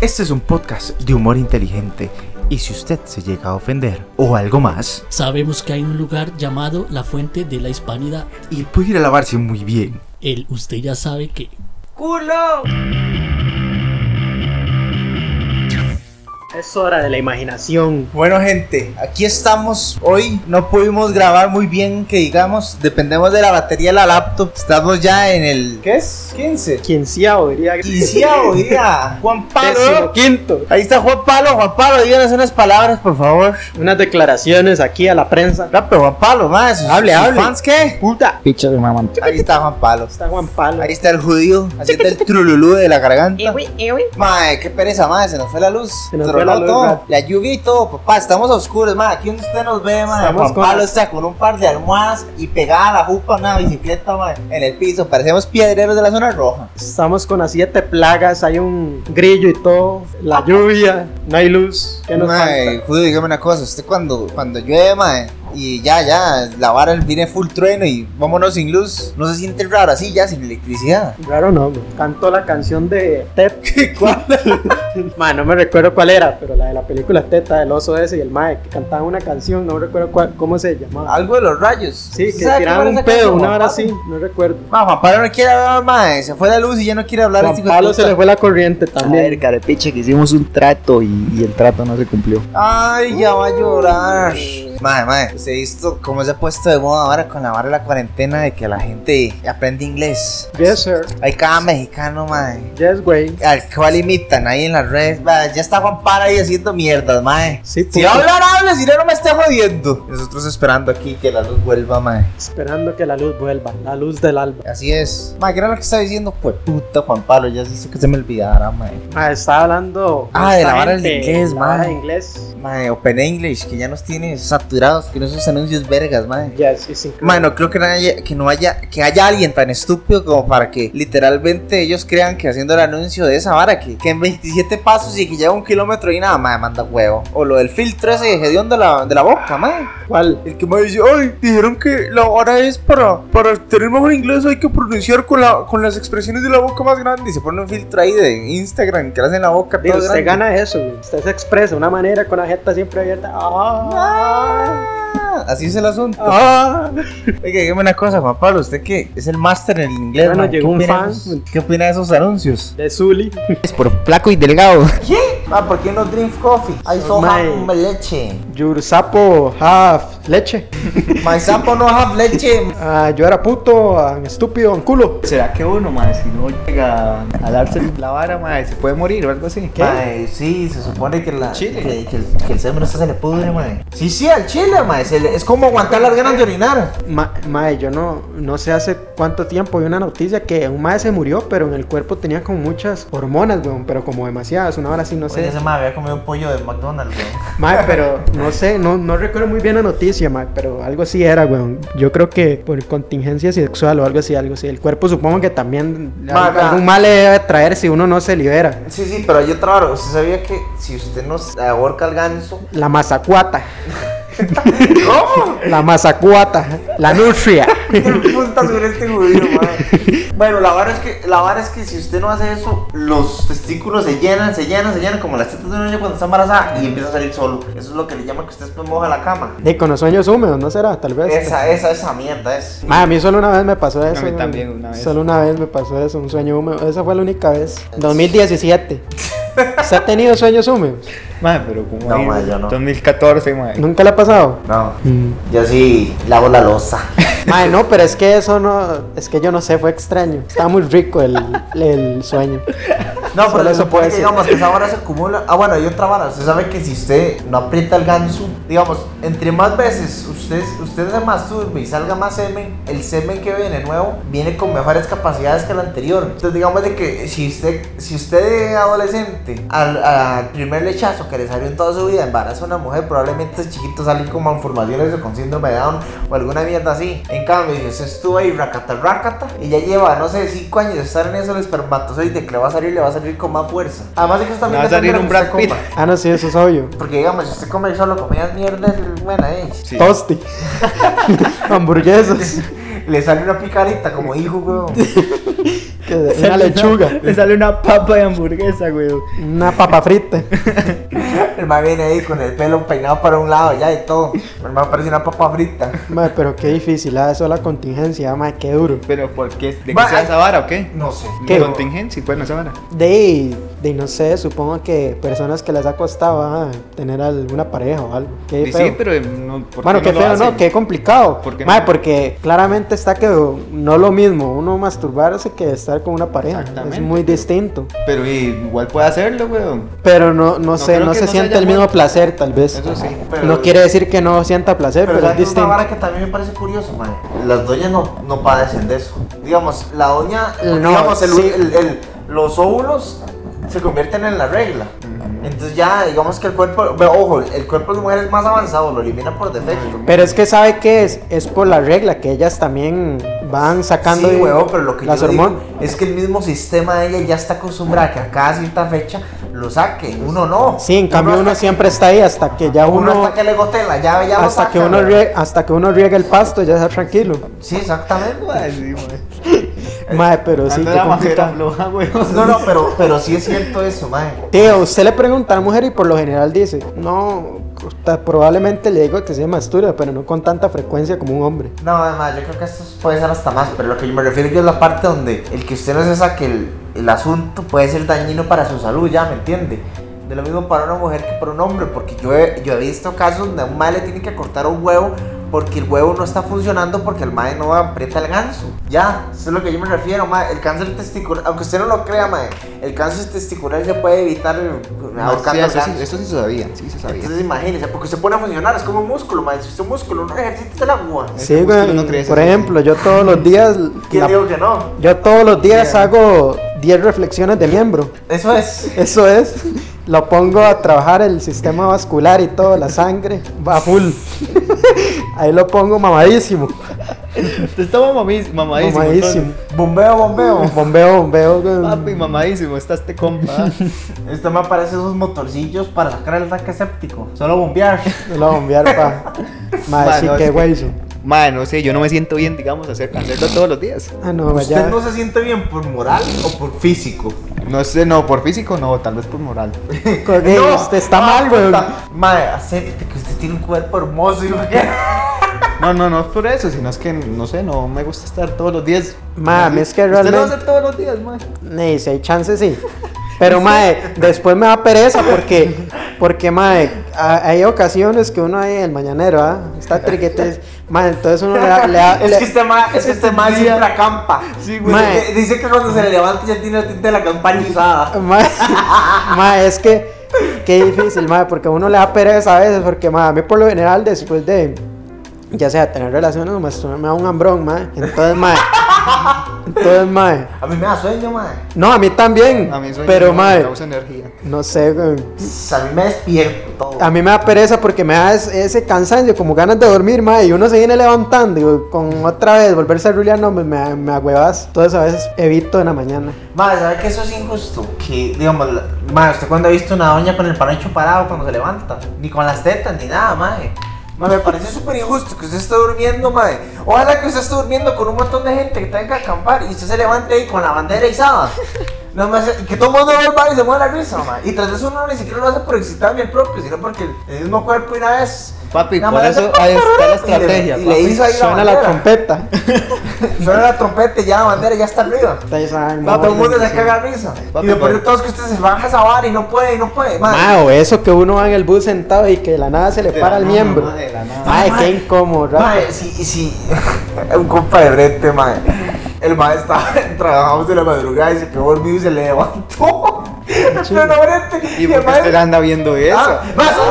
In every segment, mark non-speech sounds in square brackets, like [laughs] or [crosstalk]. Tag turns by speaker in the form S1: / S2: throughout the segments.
S1: Este es un podcast de humor inteligente y si usted se llega a ofender o algo más,
S2: Sabemos que hay un lugar llamado la fuente de la hispanidad.
S1: y puede ir a lavarse muy bien.
S2: El usted ya sabe que
S3: ¡Culo!
S4: Es hora de la imaginación.
S5: Bueno gente, aquí estamos. Hoy no pudimos grabar muy bien, que digamos, dependemos de la batería de la laptop. Estamos ya en el...
S4: [laughs]
S5: ¿Qué es? 15.
S4: Quien seao diría que.
S5: Quinceavo día. Juan
S4: Décimo
S5: Palo.
S4: quinto.
S5: Ahí está Juan Palo. Juan Palo, díganos unas palabras, por favor.
S4: Unas declaraciones aquí a la prensa.
S5: No, pero Juan Palo, más.
S4: Hable, hable.
S5: ¿Fans qué?
S4: Puta.
S5: Ahí está Juan Palo.
S4: Está Juan Palo.
S5: Ahí está el judío haciendo el trululú de la garganta.
S3: Ewi, ewi.
S5: Mae, qué pereza, mae, se nos fue la luz.
S4: Se nos fue la
S5: Tronó
S4: luz,
S5: todo.
S4: mae.
S5: La lluvia y todo, papá, estamos oscuros, mae. Aquí donde usted nos ve, mae.
S4: Estamos
S5: Juan
S4: con-
S5: Pablo está con un par de almohadas y pegada a la jupa una bicicleta, mae, en el piso. Parecemos piedreros de la zona roja.
S4: Estamos con las siete plagas. Hay un grillo y todo. La lluvia. No hay luz. ¿Qué nos
S5: Mae,
S4: falta?
S5: Julio, dígame una cosa. Usted cuando, cuando llueve, mae, y ya, ya, la vara viene full trueno y vámonos sin luz. No se siente raro así, ya, sin electricidad.
S4: Raro nombre. Cantó la canción de
S5: [laughs]
S4: Tep. [laughs] ¿Cuál? Man, no me recuerdo cuál era, pero la de la película Teta, el oso ese y el Mae, que cantaban una canción, no recuerdo cuál, cómo se llamaba.
S5: Algo de los rayos.
S4: Sí,
S5: ¿Usted
S4: que
S5: sabe cuál
S4: tiraban
S5: es
S4: un
S5: esa canción,
S4: pedo, una
S5: Juan
S4: hora
S5: Pablo?
S4: así, no recuerdo.
S5: Ma, Juan Pablo no quiere hablar, mae. Se fue la luz y ya no quiere hablar.
S4: Juan
S5: este hijo de
S4: Pablo se
S5: puta.
S4: le fue la corriente
S6: A ver,
S4: también.
S6: carepiche, que hicimos un trato y, y el trato no se cumplió.
S5: Ay, ya va a llorar. Madre, madre, se ha visto cómo se ha puesto de moda ahora con la vara de la cuarentena de que la gente aprende inglés.
S4: Yes, sir.
S5: Hay cada mexicano, madre.
S4: Yes, güey.
S5: Al cual imitan ahí en las redes. Mae, ya está Juan Para ahí haciendo mierdas, madre.
S4: Sí,
S5: Si
S4: puto.
S5: va a hablar, hable, si no, no me esté jodiendo. Nosotros esperando aquí que la luz vuelva, madre.
S4: Esperando que la luz vuelva, la luz del alba.
S5: Así es. Madre, ¿qué era lo que estaba diciendo? Pues puta, Juan Pablo, ya se hizo que se me olvidara, madre.
S4: Ah, estaba hablando.
S5: Ah, de la
S4: esta
S5: vara del
S4: gente,
S5: inglés,
S4: la vara
S5: mae.
S4: de inglés.
S5: Madre, Open English, que ya nos tiene saturados con esos anuncios vergas, madre.
S4: Yes, it's incredible.
S5: Mano, creo que no haya, que no haya, que haya alguien tan estúpido como para que literalmente ellos crean que haciendo el anuncio de esa vara, que, que en 27 pasos y que lleva un kilómetro y nada, más manda huevo. O lo del filtro ese hediondo de la, de la boca, madre.
S4: ¿Cuál?
S5: El que me dice, ay, dijeron que la vara es para, para tener mejor inglés, hay que pronunciar con, la, con las expresiones de la boca más grande. Y se pone un filtro ahí de Instagram que le hacen la boca.
S4: Digo,
S5: todo
S4: usted
S5: grande.
S4: gana eso, güey. Usted se expresa de una manera con la jeta siempre abierta. Ah,
S5: Ah, Así es el asunto.
S4: ah.
S5: Oiga, dígame una cosa, Juan Pablo, usted que es el máster en el inglés.
S4: Bueno,
S5: man, ¿qué
S4: llegó un
S5: opina
S4: fan.
S5: de esos- ¿Qué opina de esos anuncios?
S4: De Zully.
S6: Es por flaco y delgado.
S5: Ah, ¿por qué no drink coffee? I
S4: so have Mae.
S5: leche.
S4: Your sapo have leche.
S5: My sapo no have leche.
S4: Ah, yo era puto, ah, estúpido, un culo.
S6: ¿Será que uno, madre, si no llega a darse la vara, madre, se puede morir o algo así?
S5: Mae, sí, se supone que, la,
S6: Chile.
S5: que, que el, que el semen se le pudre, mae. Sí, sí, al chile, mae. se le- es como aguantar las ganas de orinar.
S4: Ma- mae, yo no, no sé hace cuánto tiempo vi una noticia que un mae se murió, pero en el cuerpo tenía como muchas hormonas, weón, pero como demasiadas, una hora así, no sé.
S5: Oye, ese mae había comido un pollo de McDonald's, weón.
S4: Mae, pero no sé, no, no recuerdo muy bien la noticia, mae, pero algo así era, weón. Yo creo que por contingencia sexual o algo así, algo así. El cuerpo supongo que también
S5: Mae, mae.
S4: algún mal le debe traer si uno no se libera.
S5: Sí, sí, pero yo trabajo. ¿Usted sabía que si usted no se ahorca el ganso?
S4: La mazacuata,
S5: ¿Cómo?
S4: la mazacuata, la nutria. [laughs]
S5: Punta sobre este judío, mae. Bueno, la vara, es que, la vara es que si usted no hace eso, los testículos se llenan, se llenan, se llenan, como las tetas de una niña cuando está embarazada y empieza a salir solo. Eso es lo que le llama que usted después moja la cama.
S4: Y con los sueños húmedos, ¿no será? Tal vez.
S5: Esa, esa, esa mierda es.
S4: Ma, a mí solo una vez me pasó eso.
S6: mí
S4: ma.
S6: también una vez.
S4: Solo una vez me pasó eso, un sueño húmedo. Esa fue la única vez.
S6: [laughs]
S4: 2017. ¿Se ha tenido sueños húmedos?
S6: Madre, pero como
S5: No,
S6: ahí,
S5: madre, yo no.
S6: 2014, madre.
S4: ¿Nunca le ha pasado?
S5: No,
S4: Mm.
S5: yo sí lavo la losa.
S4: Ma, no, pero es que eso no. Es que yo no sé, fue extraño. Estaba muy rico el, el sueño.
S5: No, pero
S4: Solo
S5: eso
S4: eso
S5: puede
S4: puede
S5: que
S4: ser.
S5: digamos que esa vara se acumula. Ah, bueno, hay otra vara. Usted sabe que si usted no aprieta el ganso, digamos, entre más veces usted, usted se masturbe y salga más semen, el semen que viene nuevo viene con mejores capacidades que el anterior. Entonces, digamos de que si usted, si usted es adolescente, al, al primer lechazo que le salió en toda su vida, embaraza a una mujer, probablemente ese chiquito sale con malformaciones o con síndrome de Down o alguna mierda así. En cambio, si usted estuvo ahí racata, racata, y ya lleva, no sé, 5 años de estar en eso, el espermatozoide que le va a salir, le va a salir con más fuerza.
S6: Ah,
S5: Además de que eso también
S6: va a
S5: depende
S6: salir un
S5: de lo que
S6: Brad
S5: usted
S6: Pitt.
S5: coma.
S4: Ah, no, sí, eso es obvio.
S5: Porque digamos, si usted come solo comidas mierdas, bueno, eh,
S6: Sí. [laughs]
S4: Tosti. Hamburguesas.
S5: le sale una picarita como hijo, weón.
S4: Que una lechuga.
S6: [laughs] Le sale una papa de hamburguesa, güey.
S4: Una papa frita.
S5: El man viene ahí con el pelo peinado para un lado ya y todo. El man parece una papa frita.
S4: Madre, pero qué difícil, ah, eso es la contingencia, madre, qué duro.
S6: Pero ¿por qué? ¿De qué
S5: Va,
S6: sea
S5: ay.
S6: esa vara o qué?
S5: No sé.
S4: ¿Qué?
S6: Contingencia, bueno, esa vara.
S4: De, de no sé, supongo que personas que les ha costado ah, tener alguna pareja o algo. Qué
S6: Y
S4: feo.
S6: sí, pero eh, no, ¿por
S4: bueno, qué
S6: qué no lo
S4: feo,
S6: hacen?
S4: no, qué complicado.
S6: ¿Por qué
S4: Madre,
S6: no?
S4: porque claramente está que no es lo mismo uno masturbarse que estar con una pareja. Es
S6: Exactamente.
S4: muy distinto.
S6: Pero igual puede hacerlo, güey.
S4: Pero no, no, sé,
S6: creo
S4: no
S6: que
S4: se
S6: no se
S4: siente
S6: haya
S4: el mismo
S6: muerto.
S4: placer, tal vez.
S6: Eso sí.
S5: Pero-
S4: no quiere decir que no sienta placer,
S5: Pero,
S4: pero,
S5: ¿sabes
S4: es
S5: qué es una
S4: distinto.
S5: vara que también me parece curioso, man. Las doñas no, no padecen de eso. Digamos, la doña,
S4: No,
S5: digamos, el-
S4: sí.
S5: el- el- los óvulos se convierten en la regla. Entonces ya, digamos que el cuerpo, pero, ojo, el cuerpo de mujer es más avanzado, lo elimina por defecto.
S4: Pero es que sabe que es, es por la regla, que ellas también van sacando
S5: sí,
S4: y-
S5: huevo, pero lo que
S4: las
S5: yo digo
S4: hormonas.
S5: es que el mismo sistema de ella ya está acostumbrada a que a cada cierta fecha lo saque. Uno no.
S4: Sí, en cambio uno,
S5: hasta-
S4: siempre está ahí hasta que ya
S5: uno
S4: uno,
S5: hasta que le gote la llave ya lo
S4: hasta que
S5: saca,
S4: uno
S5: ¿verdad?
S4: rie- hasta que uno riega el pasto ya está tranquilo.
S5: Sí, exactamente.
S4: Madre, pero sí,
S6: Eh, Antes
S4: qué
S6: era más
S4: complicado.
S6: floja, güey. [laughs]
S5: No, no, pero, pero sí es cierto eso, man.
S4: Tío, usted le pregunta a la mujer y por lo general dice, no, ta- probablemente le digo que se masturba, pero no con tanta frecuencia como un hombre.
S5: No, además, yo creo que esto puede ser hasta más, pero lo que yo me refiero yo es la parte donde el que usted no se saque el, el asunto puede ser dañino para su salud, ya, ¿me entiende? De lo mismo para una mujer que para un hombre, porque yo he, yo he visto casos donde a un madre le tiene que cortar un huevo porque el huevo no está funcionando porque el madre no aprieta el ganso. Ya, eso es lo que yo me refiero, mae. El cáncer testicular, aunque usted no lo crea, mae, el cáncer testicular se puede evitar eh, ahorcando al
S6: eso, sí,
S5: ganso.
S6: eso sí se sabía, sí se sabía.
S5: Entonces imagínese, porque se pone a funcionar, es como un músculo, mae. Si usted un músculo no ejercita, se la aguja.
S4: Sí,
S6: que
S4: güey,
S6: usted no cree,
S4: por
S6: sí, sí,
S4: ejemplo, yo todos los días
S5: ¿Quién
S4: la-
S5: dijo que no?
S4: yo todos los días hago 10 reflexiones de miembro.
S5: Eso es.
S4: Eso es. Lo pongo a trabajar el sistema vascular y todo, la sangre va full. [laughs] Ahí lo pongo mamadísimo.
S6: [laughs] Te estaba mamis- mamadísimo.
S4: Mamadísimo.
S5: Bombeo, bombeo.
S4: Bombeo, bombeo.
S6: entonces.
S4: güey.
S6: Papi, mamadísimo, está este [laughs] compa.
S5: Esto Este me parece esos motorcillos para sacar el tanque séptico.
S4: [laughs]
S5: Solo bombear.
S4: No lo bombear pa. Madre, sí,
S6: Mano,
S4: qué
S6: es-
S4: güey.
S6: Madre, no sé, yo no me siento bien, digamos, hacer, hacerlo todos los días.
S4: Ah, no,
S5: ¿Usted
S4: vaya.
S5: no se siente bien por moral o por físico?
S6: No sé, no, por físico no, tal vez por moral.
S4: co- ey,
S5: No. Ah,
S4: usted está mal, güey.
S5: Madre, acepte que usted tiene un cuerpo hermoso y lo que.
S4: [laughs]
S6: No, no, no es por eso, sino es que, no sé, no me gusta estar todos los días.
S4: Mami, es que
S6: Usted lo va a
S4: realmente-
S6: hacer todos los días,
S5: [laughs]
S6: madre.
S4: Ney, si hay chance, sí. Pero, madre, después me da pereza porque, porque madre, a- hay ocasiones que uno ahí, el mañanero, ¿ah? Está triquetes. Madre, entonces uno le da. le da-
S5: Es
S4: le-
S5: que este ma, es que este ma siempre acampa.
S6: Sí,
S4: güey.
S5: Dice- Dice que cuando se le levanta ya tiene el tinte de la campaña usada.
S4: Mae, [laughs] mae, es que qué difícil, mae, porque a uno le da pereza a veces, porque mae, a mí por lo general después de ya sea tener relaciones o masturbarme, me da un hambrón, mae. Entonces, mae. Entonces, mae.
S5: A mí me da sueño, madre.
S4: No, a mí también.
S6: A mí sueño
S4: pero,
S6: no, me
S4: mae,
S6: causa energía.
S4: no sé, güey.
S5: A mí me despierto todo.
S4: A mí me da pereza porque me da es- ese cansancio, como ganas de dormir, mae, y uno se viene levantando y güey, con otra vez volverse a rulear, no, pues, me, me, me agüevas. Entonces, a veces evito en la mañana.
S5: Madre, ¿sabes que eso es injusto? Que, digamos, la- madre, ¿usted cuando ha visto una doña con el panocho parado cuando se levanta? Ni con las tetas, ni nada, madre. Madre, me parece súper injusto que usted esté durmiendo, madre. Ojalá que usted esté durmiendo con un montón de gente que tenga que acampar y usted se levante ahí con la bandera izada. No me hace- y que todo el mundo vea el bar y se mueva la risa, madre. Y tras de eso uno ni siquiera lo hace por excitar bien propio, sino porque el- el mismo cuerpo y una vez...
S6: Papi,
S5: nada
S6: por
S5: más
S6: eso
S5: hace-
S6: ahí está
S5: [laughs]
S6: la
S5: y le-
S6: estrategia,
S5: Y le,
S6: papi.
S5: hizo ahí
S4: Suena
S5: la
S4: la trompeta.
S5: bandera. Suena la trompeta y ya la bandera ya está arriba.
S4: Ustedes saben,
S5: Va, todo el
S4: mae,
S5: mundo se
S4: sí.
S5: caga de risa.
S6: Papi,
S5: y de
S6: pero-
S5: pronto todos que ustedes se baja esa vara y no puede, y no puede. madre.
S4: Ma, o eso que uno va en el bus sentado y que de la nada se le
S6: De
S4: para
S6: la
S4: el
S6: nada,
S4: miembro.
S6: ma, de la nada.
S4: Ay,
S5: Ma,
S4: qué incómodo, ¿verdad?
S5: Madre, sí, sí. [laughs] un compa de brete, madre. El madre estaba [laughs] trabajamos de la madrugada y se quedó dormido y se le levantó. [laughs] Pero no brete.
S6: ¿Y por qué usted anda viendo eso?
S5: Ah, más un-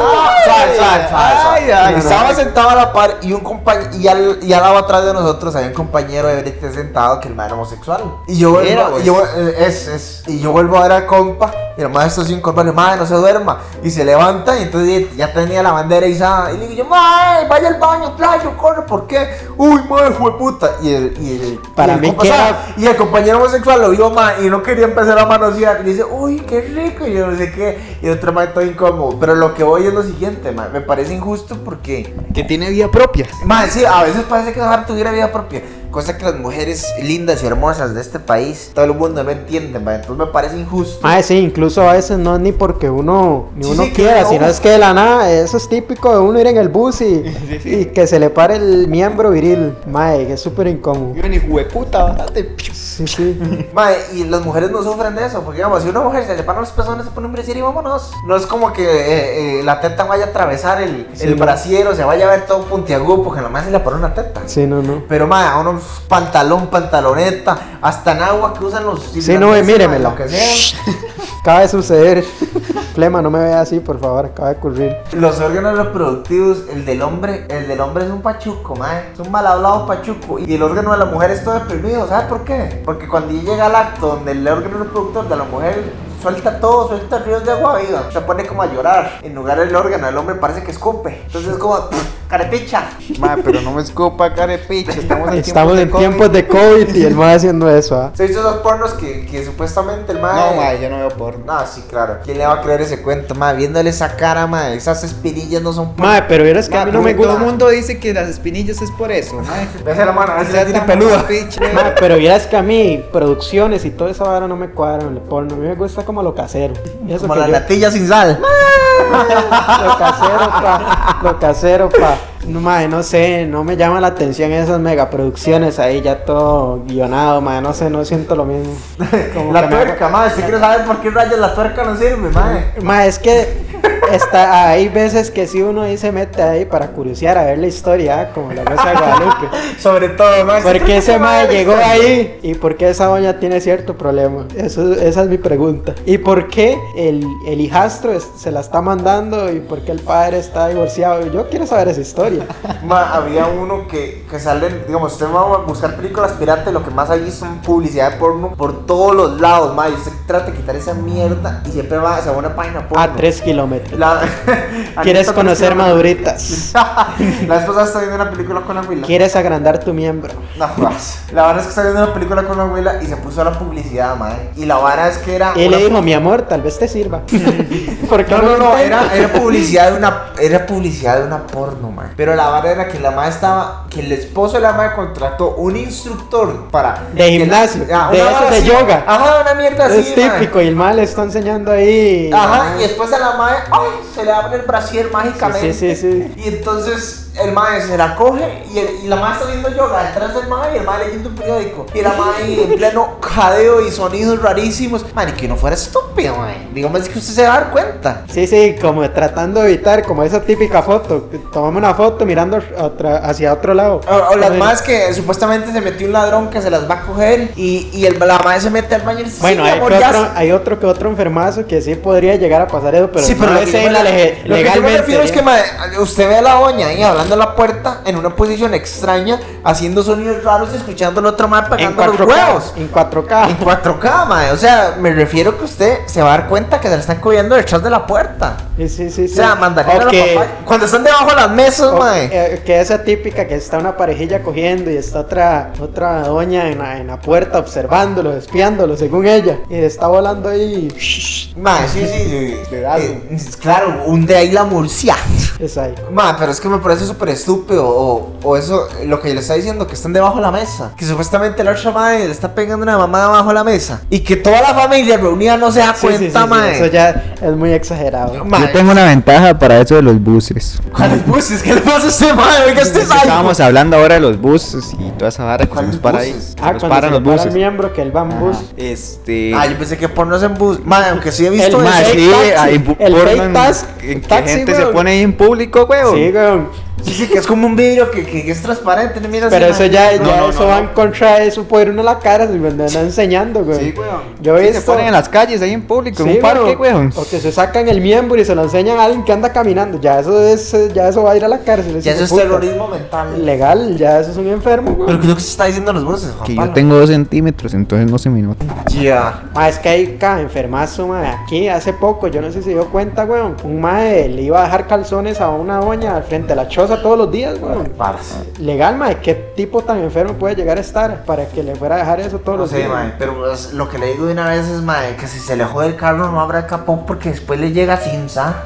S5: suave, suave, suave, suave.
S6: Ay, ay,
S5: Estaba sentado a la par y un compañero y al, y al lado atrás de nosotros había un compañero de brete sentado que el man era homosexual. Y yo vuelvo,
S6: Era, güey.
S5: y yo, eh, es, es, y yo vuelvo a ver al compa y el maestro sin compa le dice, "Mae, no se duerma. Y se levanta y entonces ya tenía la bandera izada. Y le digo yo, mae, vaya al baño, playo, corre, ¿por qué? Uy, madre, fue puta. Y el, y el,
S4: Para
S5: y el
S4: mí
S5: compa
S4: que era-
S5: sabe, y el compañero homosexual lo vio más y no quería empezar a manosear. Y dice, uy, qué rico, y yo no sé qué. Y el otro man todo incómodo. Pero lo que voy es lo siguiente, man. mae, me parece injusto porque
S6: Que tiene vida propia.
S5: Mae, sí, a veces parece que Sahar tuviera vida propia. Cosa que las mujeres lindas y hermosas de este país, todo el mundo no entiende, mae. Entonces me parece injusto.
S4: Mae, sí, incluso a veces no es ni porque uno, ni
S5: Sí,
S4: uno
S5: sí, que
S4: quiera,
S5: no.
S4: sino es que de la nada, eso es típico de uno ir en el bus y,
S6: [laughs] Sí, sí.
S4: y que se le pare el miembro viril. Mae, que es súper incómodo.
S6: Yo ni jueputa, bájate.
S4: Sí, sí.
S5: Mae, y las mujeres no sufren de eso, porque digamos, si una mujer se le paran los pezones, se pone un brasier y vámonos. No es como que eh, eh, la teta vaya a atravesar el,
S4: Sí,
S5: el
S4: no.
S5: brasier o se vaya a ver todo puntiagudo, porque nomás se le paró una teta.
S4: Sí, no, no.
S5: Pero mae, a unos pantalón, pantaloneta, hasta en agua que usan los.
S4: Sí, no,
S5: irlandeses, mae,
S4: y míremela.
S5: lo que sea.
S4: Acaba de
S6: [laughs]
S4: suceder. Flema, no me vea así, por favor, acaba de ocurrir.
S5: Los órganos reproductivos, el del hombre, el del hombre es un pachuco, mae. Es un mal hablado pachuco. Y el órgano de la mujer es todo deprimido, ¿sabes por qué? Porque cuando llega al acto donde el órgano reproductor de la mujer suelta todo, suelta ríos de agua viva, se pone como a llorar. En lugar del órgano del hombre parece que escupe. Entonces es como, [laughs] carepicha.
S6: Madre, pero no me escopa, carepicha. Estamos en
S4: Estamos en
S6: tiempos de
S4: tiempos
S6: COVID.
S4: de COVID y el mae haciendo eso, ¿ah?
S5: Se hizo esos pornos que, que supuestamente el mae.
S6: No, madre, yo no veo porno.
S5: No, Ah, sí, claro. ¿Quién le va a creer ese cuento, mae? Viéndole esa cara, mae. Esas espirillas no son
S4: Mae, pero eres que a mí
S6: Madre,
S4: no me
S6: todo el
S4: gusta.
S6: mundo dice que las espinillas es por eso, madre.
S5: Ves a la mano, a veces
S6: Sea
S5: tiene
S6: tan
S5: peluda.
S6: carepicha.
S4: [laughs] Ma, pero vieras que a mí producciones y toda esa vara no me cuadran, el porno. A mí me gusta como lo casero. Y Eso
S5: Como
S4: que
S5: la
S4: yo-
S5: natilla sin sal.
S4: [laughs] lo casero, pa. Lo casero, pa. No, ma, no sé, no me llama la atención esas megaproducciones ahí, ya todo guionado, ma. No sé, no siento lo
S5: [laughs]
S4: mismo. Como que
S5: La
S4: me hago-
S5: tuerca, madre, si quieres saber por qué rayos la tuerca no sirve, madre.
S4: Ma, es que está, hay veces que si uno ahí se mete ahí para curiosear a ver la historia, ah, como la Rosa de Guadalupe.
S5: Sobre todo, madre.
S4: [laughs] ¿Por qué ese mae
S5: madre
S4: llegó ahí? ¿Y por qué esa doña tiene cierto problema? Eso, esa es mi pregunta. ¿Y por qué el, el hijastro es- se la está mandando? ¿Y por qué el padre está divorciado? Yo quiero saber esa
S5: [laughs]
S4: historia.
S5: había uno que, que salen, digamos, usted va a buscar películas piratas y lo que más hay son publicidad de porno por todos los lados, madre. Usted trata de quitar esa mierda y siempre va hacia una página porno.
S4: A tres kilómetros.
S5: La-
S4: [laughs] ¿Quieres
S5: Anita
S4: conocer
S5: Cristina-
S4: maduritas?
S5: [laughs] la esposa está viendo una película con la abuela.
S4: ¿Quieres agrandar tu miembro?
S5: No, más. La vara es que está viendo una película con la abuela y se puso a la publicidad, madre. Y la vara es que era.
S4: Y le
S5: una
S4: dijo, mi amor, tal vez te
S5: [laughs]
S4: sirva. [laughs] ¿Por qué
S5: Ah, No, no, no,
S4: intentas?
S5: era, era publicidad de una era publicidad de una porno, man. Pero la vara era que la madre estaba que el esposo de la madre contrató un instructor para
S4: De
S5: que la-
S4: gimnasio,
S5: ah,
S4: de
S5: una
S4: esos
S5: vara
S4: de
S5: así.
S4: yoga.
S5: Ajá, una mierda así,
S4: Es típico, y el mal le está enseñando ahí.
S5: man. Ajá, y después a la madre, ay, se le abre el brasier mágicamente.
S4: Sí, sí, sí,
S5: Y entonces el mae se la coge y, el- y la madre está viendo yoga detrás del mae y el mae leyendo un periódico. Y la madre ahí en pleno jadeo y sonidos rarísimos. Man, y que no fuera estúpido, man. Dígame es que usted se va a dar cuenta.
S4: Sí, sí, como tratando de evitar, como esa típica foto. que Tomamos una foto mirando a otra- hacia otro lado.
S5: O, o las
S4: Bueno,
S5: más que supuestamente se metió un ladrón que se las va a coger y, y el, la madre se mete al baño y dice,
S4: Bueno,
S5: sí,
S4: hay,
S5: mi amor,
S4: que
S5: ya
S4: otro,
S5: sé".
S4: hay otro que otro enfermazo que sí podría llegar a pasar eso, pero
S5: sí, pero
S4: no
S5: lo, que
S4: es
S5: yo me-
S4: en la lege-
S5: lo que yo me
S4: legalmente,
S5: refiero es que
S4: ¿eh?
S5: mae, usted ve a la doña ahí hablando a la puerta en una posición extraña, haciendo sonidos raros y escuchando al otro mae
S4: en
S5: pagando los
S4: 4K,
S5: huevos.
S4: en 4K.
S5: En 4K, mae. O sea, me refiero que usted se va a dar cuenta que se la están cogiendo detrás de la puerta.
S4: Sí, sí, sí.
S5: O sea,
S4: sí.
S5: mandaría
S4: O
S5: a la
S4: que-
S5: papá. Cuando están debajo de las mesas,
S4: o-
S5: mae.
S4: eh, que esa típica que está una parejilla cogiendo y está otra otra doña en la, en la puerta observándolo, espiándolo, según ella. Y está volando ahí.
S5: Mae, sí, sí, sí.
S6: De algo.
S5: Eh, claro, un de ahí la murcia.
S4: Es ahí.
S5: Ma, pero es que me parece súper estúpido. O, o eso, lo que le está diciendo, que están debajo de la mesa. Que supuestamente la otra madre le está pegando una mamá debajo de la mesa. Y que toda la familia reunida no se da
S4: Sí, sí, sí,
S5: cuenta,
S4: sí,
S5: mae.
S4: Eso ya es muy exagerado.
S5: Ma,
S6: Yo tengo una ventaja para eso de los buses.
S5: ¿Cuáles buses? ¿Qué le pasa a este madre? Oiga, este es algo.
S6: Estábamos hablando ahora de los buses y toda esa vara que se
S5: ¿Cuáles
S6: nos para ahí.
S5: buses?
S6: que
S4: Ah,
S6: nos
S4: cuando se
S6: paran los
S4: le para el
S6: buses.
S4: miembro que él va en bus.
S6: Ajá. Este.
S5: Ah, yo pensé que pornos en bus. Ma, aunque sí he visto
S4: El
S5: eso.
S6: Mae,
S4: fake
S6: sí,
S4: taxi,
S6: hay bu-
S4: el
S6: porno
S4: fake
S6: en-
S4: tax-
S6: en que
S4: taxi,
S6: gente se
S4: weón.
S6: pone ahí en público, weón.
S4: Sí, weón.
S5: Sí, sí, que es como un vidrio que, que- que es transparente. no mira
S4: Pero eso
S5: así, mae.
S4: ya,
S6: No,
S4: ya
S6: no,
S4: eso
S6: no,
S4: va en
S6: no.
S4: contra de su poder uno la cara, si me andan enseñando, weón.
S6: Sí, weón.
S4: Yo he
S6: Sí, se
S4: visto-
S6: ponen en las calles, ahí en público, en
S4: Sí,
S6: un parque,
S4: weón.
S6: weón.
S4: O que se sacan el miembro y se lo enseñan a alguien que anda caminando. Ya eso es, eh, ya eso va a ir a la cárcel. ese
S5: Ya eso es
S4: puta.
S5: terrorismo mental.
S4: Legal, ya eso es un enfermo, weón.
S5: Pero creo que se está diciendo en los buses, Juan
S6: Que yo
S5: Pablo.
S6: tengo dos centímetros, entonces no se me nota.
S5: Ya.
S4: Ma, Ah, es que hay cada enfermazo, ma. Aquí hace poco, yo no sé si dio cuenta, weón. Un mae le iba a dejar calzones a una doña al frente de la choza todos los días, weón.
S5: Parce.
S4: Legal, mae, ¿qué tipo tan enfermo puede llegar a estar para que le fuera a dejar eso todos
S5: No
S4: los
S5: sé,
S4: días?
S5: mae, pero es- lo que le digo de una vez es, mae, que si se le jode el carro no habrá capó porque después le llega Simsa.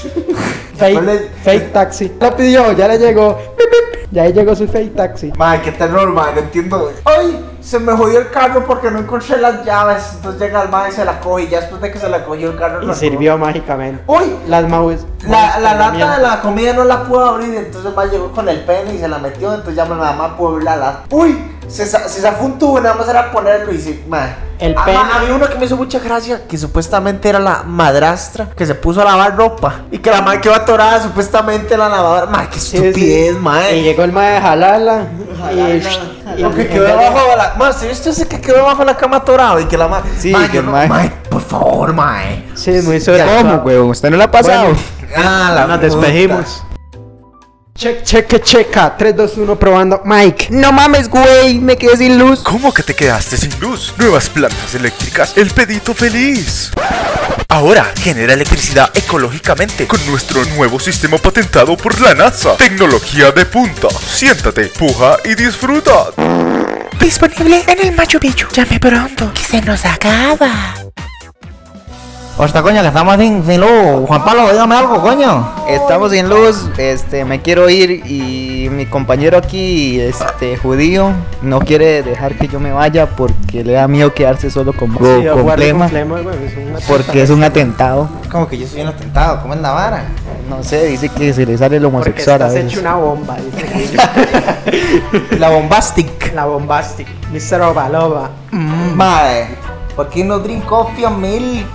S4: Fake,
S5: Ponle-
S4: fake taxi. La pidió, ya le llegó. Pip, pip. Ya ahí llegó su fake taxi.
S5: Madre, qué terror, madre, no entiendo. Ay, se me jodió el carro porque no encontré las llaves. Entonces llega el madre y se la coge. Y ya después de que se la cogió el carro,
S4: Y
S5: la
S4: sirvió mágicamente.
S5: cogió. Uy,
S4: Las maus.
S5: la, la lata de la comida no la pudo abrir. Entonces más llegó con el pene y se la metió. Entonces ya nada más pudo abrir la lata. Uy, se, sa- se zafó un tubo. Nada más era ponerlo y sí, madre.
S4: El
S5: Ah,
S4: pene.
S5: ma, Había uno que me hizo mucha gracia, que supuestamente era la madrastra que se puso a lavar ropa y que la madre quedó atorada supuestamente en la lavadora. Madre, qué
S4: Sí, sí.
S5: estupidez, madre.
S4: Y llegó el mae de jalarla. Y, y-
S5: Lo que
S4: en
S5: quedó
S4: vez de-
S5: abajo de la. Más, ¿viste ese que quedó abajo de la cama atorado? Y que la madre.
S6: Sí, que el mae-
S5: por favor, mae.
S4: Sí, muy sobre.
S6: ¿Cómo, weón? ¿Usted no la ha pasado?
S4: Bueno.
S5: Ah, la
S6: Nos
S5: puta.
S6: despedimos.
S4: Check, cheque, checa. 3, 2, 1, probando. Mike.
S6: No mames, güey, me quedé sin luz.
S3: ¿Cómo que te quedaste sin luz? Nuevas plantas eléctricas, el pedito feliz. Ahora genera electricidad ecológicamente con nuestro nuevo sistema patentado por la NASA. Tecnología de punta. Siéntate, puja y disfruta.
S7: Disponible en el Machu Picchu. Llame pronto, que se nos acaba.
S8: Hostia, coño, que estamos sin, sin luz. Juan Pablo, dígame algo, coño.
S6: Estamos sin luz, este, me quiero ir y mi compañero aquí, este, judío, no quiere dejar que yo me vaya porque le da miedo quedarse solo con,
S4: Sí,
S6: con
S4: guarda
S6: Flema,
S4: con flema, güey, es una
S6: porque es un atentado.
S8: Como que yo soy un atentado, ¿cómo es la vara?
S6: No sé, dice que se le sale el
S4: Porque
S6: homosexual a
S4: estás
S6: veces.
S4: hecho una bomba, dice.
S8: La bombastic.
S4: La bombastic. Mr. Ovalova.
S8: Madre, ¿por qué no drink coffee and milk?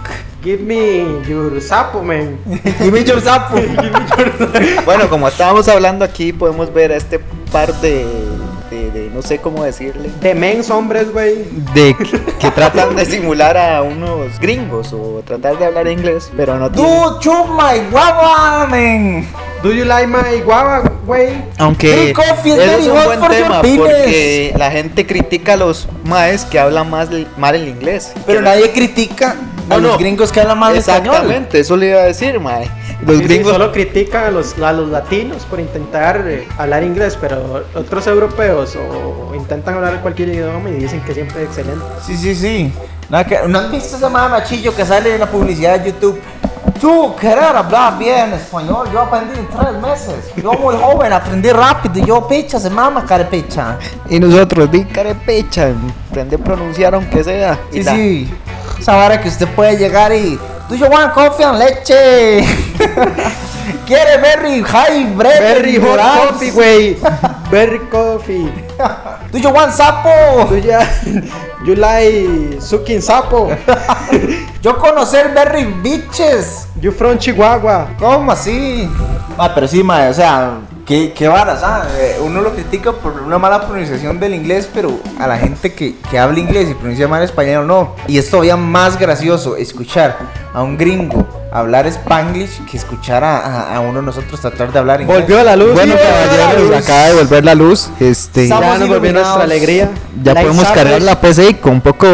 S4: Give me your sapo, man.
S8: Give me your sapo. [laughs]
S6: Bueno, como estábamos hablando aquí, podemos ver a este par de, de- de- no sé cómo decirle,
S4: De mens hombres, güey.
S6: de que, que tratan de simular a unos gringos o tratar de hablar inglés, pero no tienen.
S8: Do chup my woman.
S4: Do you like my guava, güey?
S6: Aunque
S8: Drink coffee is
S6: ese
S8: very
S6: es un
S8: good
S6: buen
S8: for your
S6: tema
S8: penis.
S6: porque la gente critica a los maes que hablan más l- mal el inglés.
S8: Pero nadie critica a
S6: No,
S8: los
S6: no.
S8: gringos que hablan mal español.
S6: Exactamente, eso le iba a decir, mae. Los
S4: Sí, sí,
S6: gringos
S4: solo critican a los, a los latinos por intentar eh, hablar inglés, pero otros europeos o intentan hablar cualquier idioma y dicen que siempre es excelente.
S8: Sí, sí, sí. Nada que-
S5: ¿No han visto esa madre machillo que sale en la publicidad de YouTube?
S8: Tú querer hablar bien español, yo aprendí en tres meses. Yo muy joven, aprendí rápido. Yo picha, se mama carepicha.
S6: y nosotros, di carepecha, aprende a pronunciar aunque sea. Y
S8: Sí,
S6: la-
S8: sí. Esa vara que usted puede llegar y. Do you want coffee and leche? [laughs] ¿Quiere berry high bread?
S4: Berry hot
S8: Morales?
S4: coffee, güey. Berry coffee.
S8: Do you want sapo?
S4: Tú ya. You like sucking sapo. [laughs]
S8: Yo conocer berry bitches.
S4: You from Chihuahua.
S8: ¿Cómo así?
S5: Ah, pero sí, madre, o sea, qué, qué varas, ah. Eh, Uno lo critica por una mala pronunciación del inglés, pero a la gente que, que habla inglés y pronuncia mal español, no. Y es todavía más gracioso escuchar a un gringo hablar spanglish que escuchar a, a- a uno de nosotros tratar de hablar inglés.
S4: Volvió la luz.
S6: Bueno,
S4: Yeah.
S6: caballeros, acaba de volver la luz. Este,
S8: Estamos
S4: Ya nos volvió
S8: iluminados.
S4: nuestra alegría.
S6: ya
S4: Like
S6: podemos
S4: sapos.
S6: cargar la PCI con poco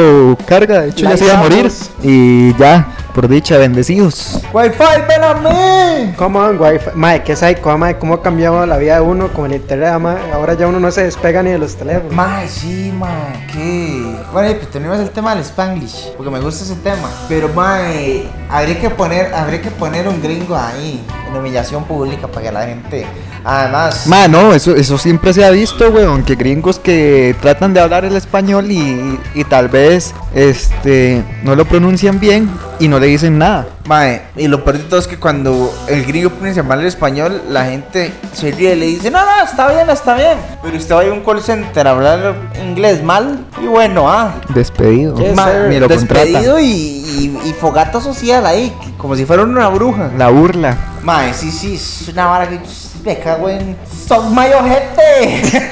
S6: carga. De hecho, ya se iba a morir.
S4: Lanzamos.
S6: Y ya, por dicha, bendecidos.
S8: Wi-Fi, ven a mí.
S4: Come on, wifi. Mae, qué psycho, mae, cómo ha cambiado la vida de uno con el internet, mae. Ahora ya uno no se despega ni de los teléfonos.
S5: Mae, sí, mae, qué. Bueno, y pues tenemos el tema del Spanglish, porque me gusta ese tema. Pero mae, habría que poner, habría que poner un gringo ahí, en humillación pública para que la gente. Además,
S6: Ma, no, eso, eso siempre se ha visto, weón, que gringos que tratan de hablar el español y, y tal vez este no lo pronuncian bien y no le dicen nada.
S5: Mae, y lo peor de todo es que cuando el gringo pronuncia mal el español, la gente se ríe y le dice, no, no, está bien, está bien. Pero usted va a ir a un call center a hablar inglés mal y bueno, ah.
S6: Despedido.
S4: Yes,
S6: Ma,
S4: sir.
S6: ni lo contratan.
S5: despedido y, y- y fogata social ahí, como si fuera una bruja.
S6: La burla.
S5: Mae, sí, sí, es una vara que me cago en... ¡Son [laughs] mayojete!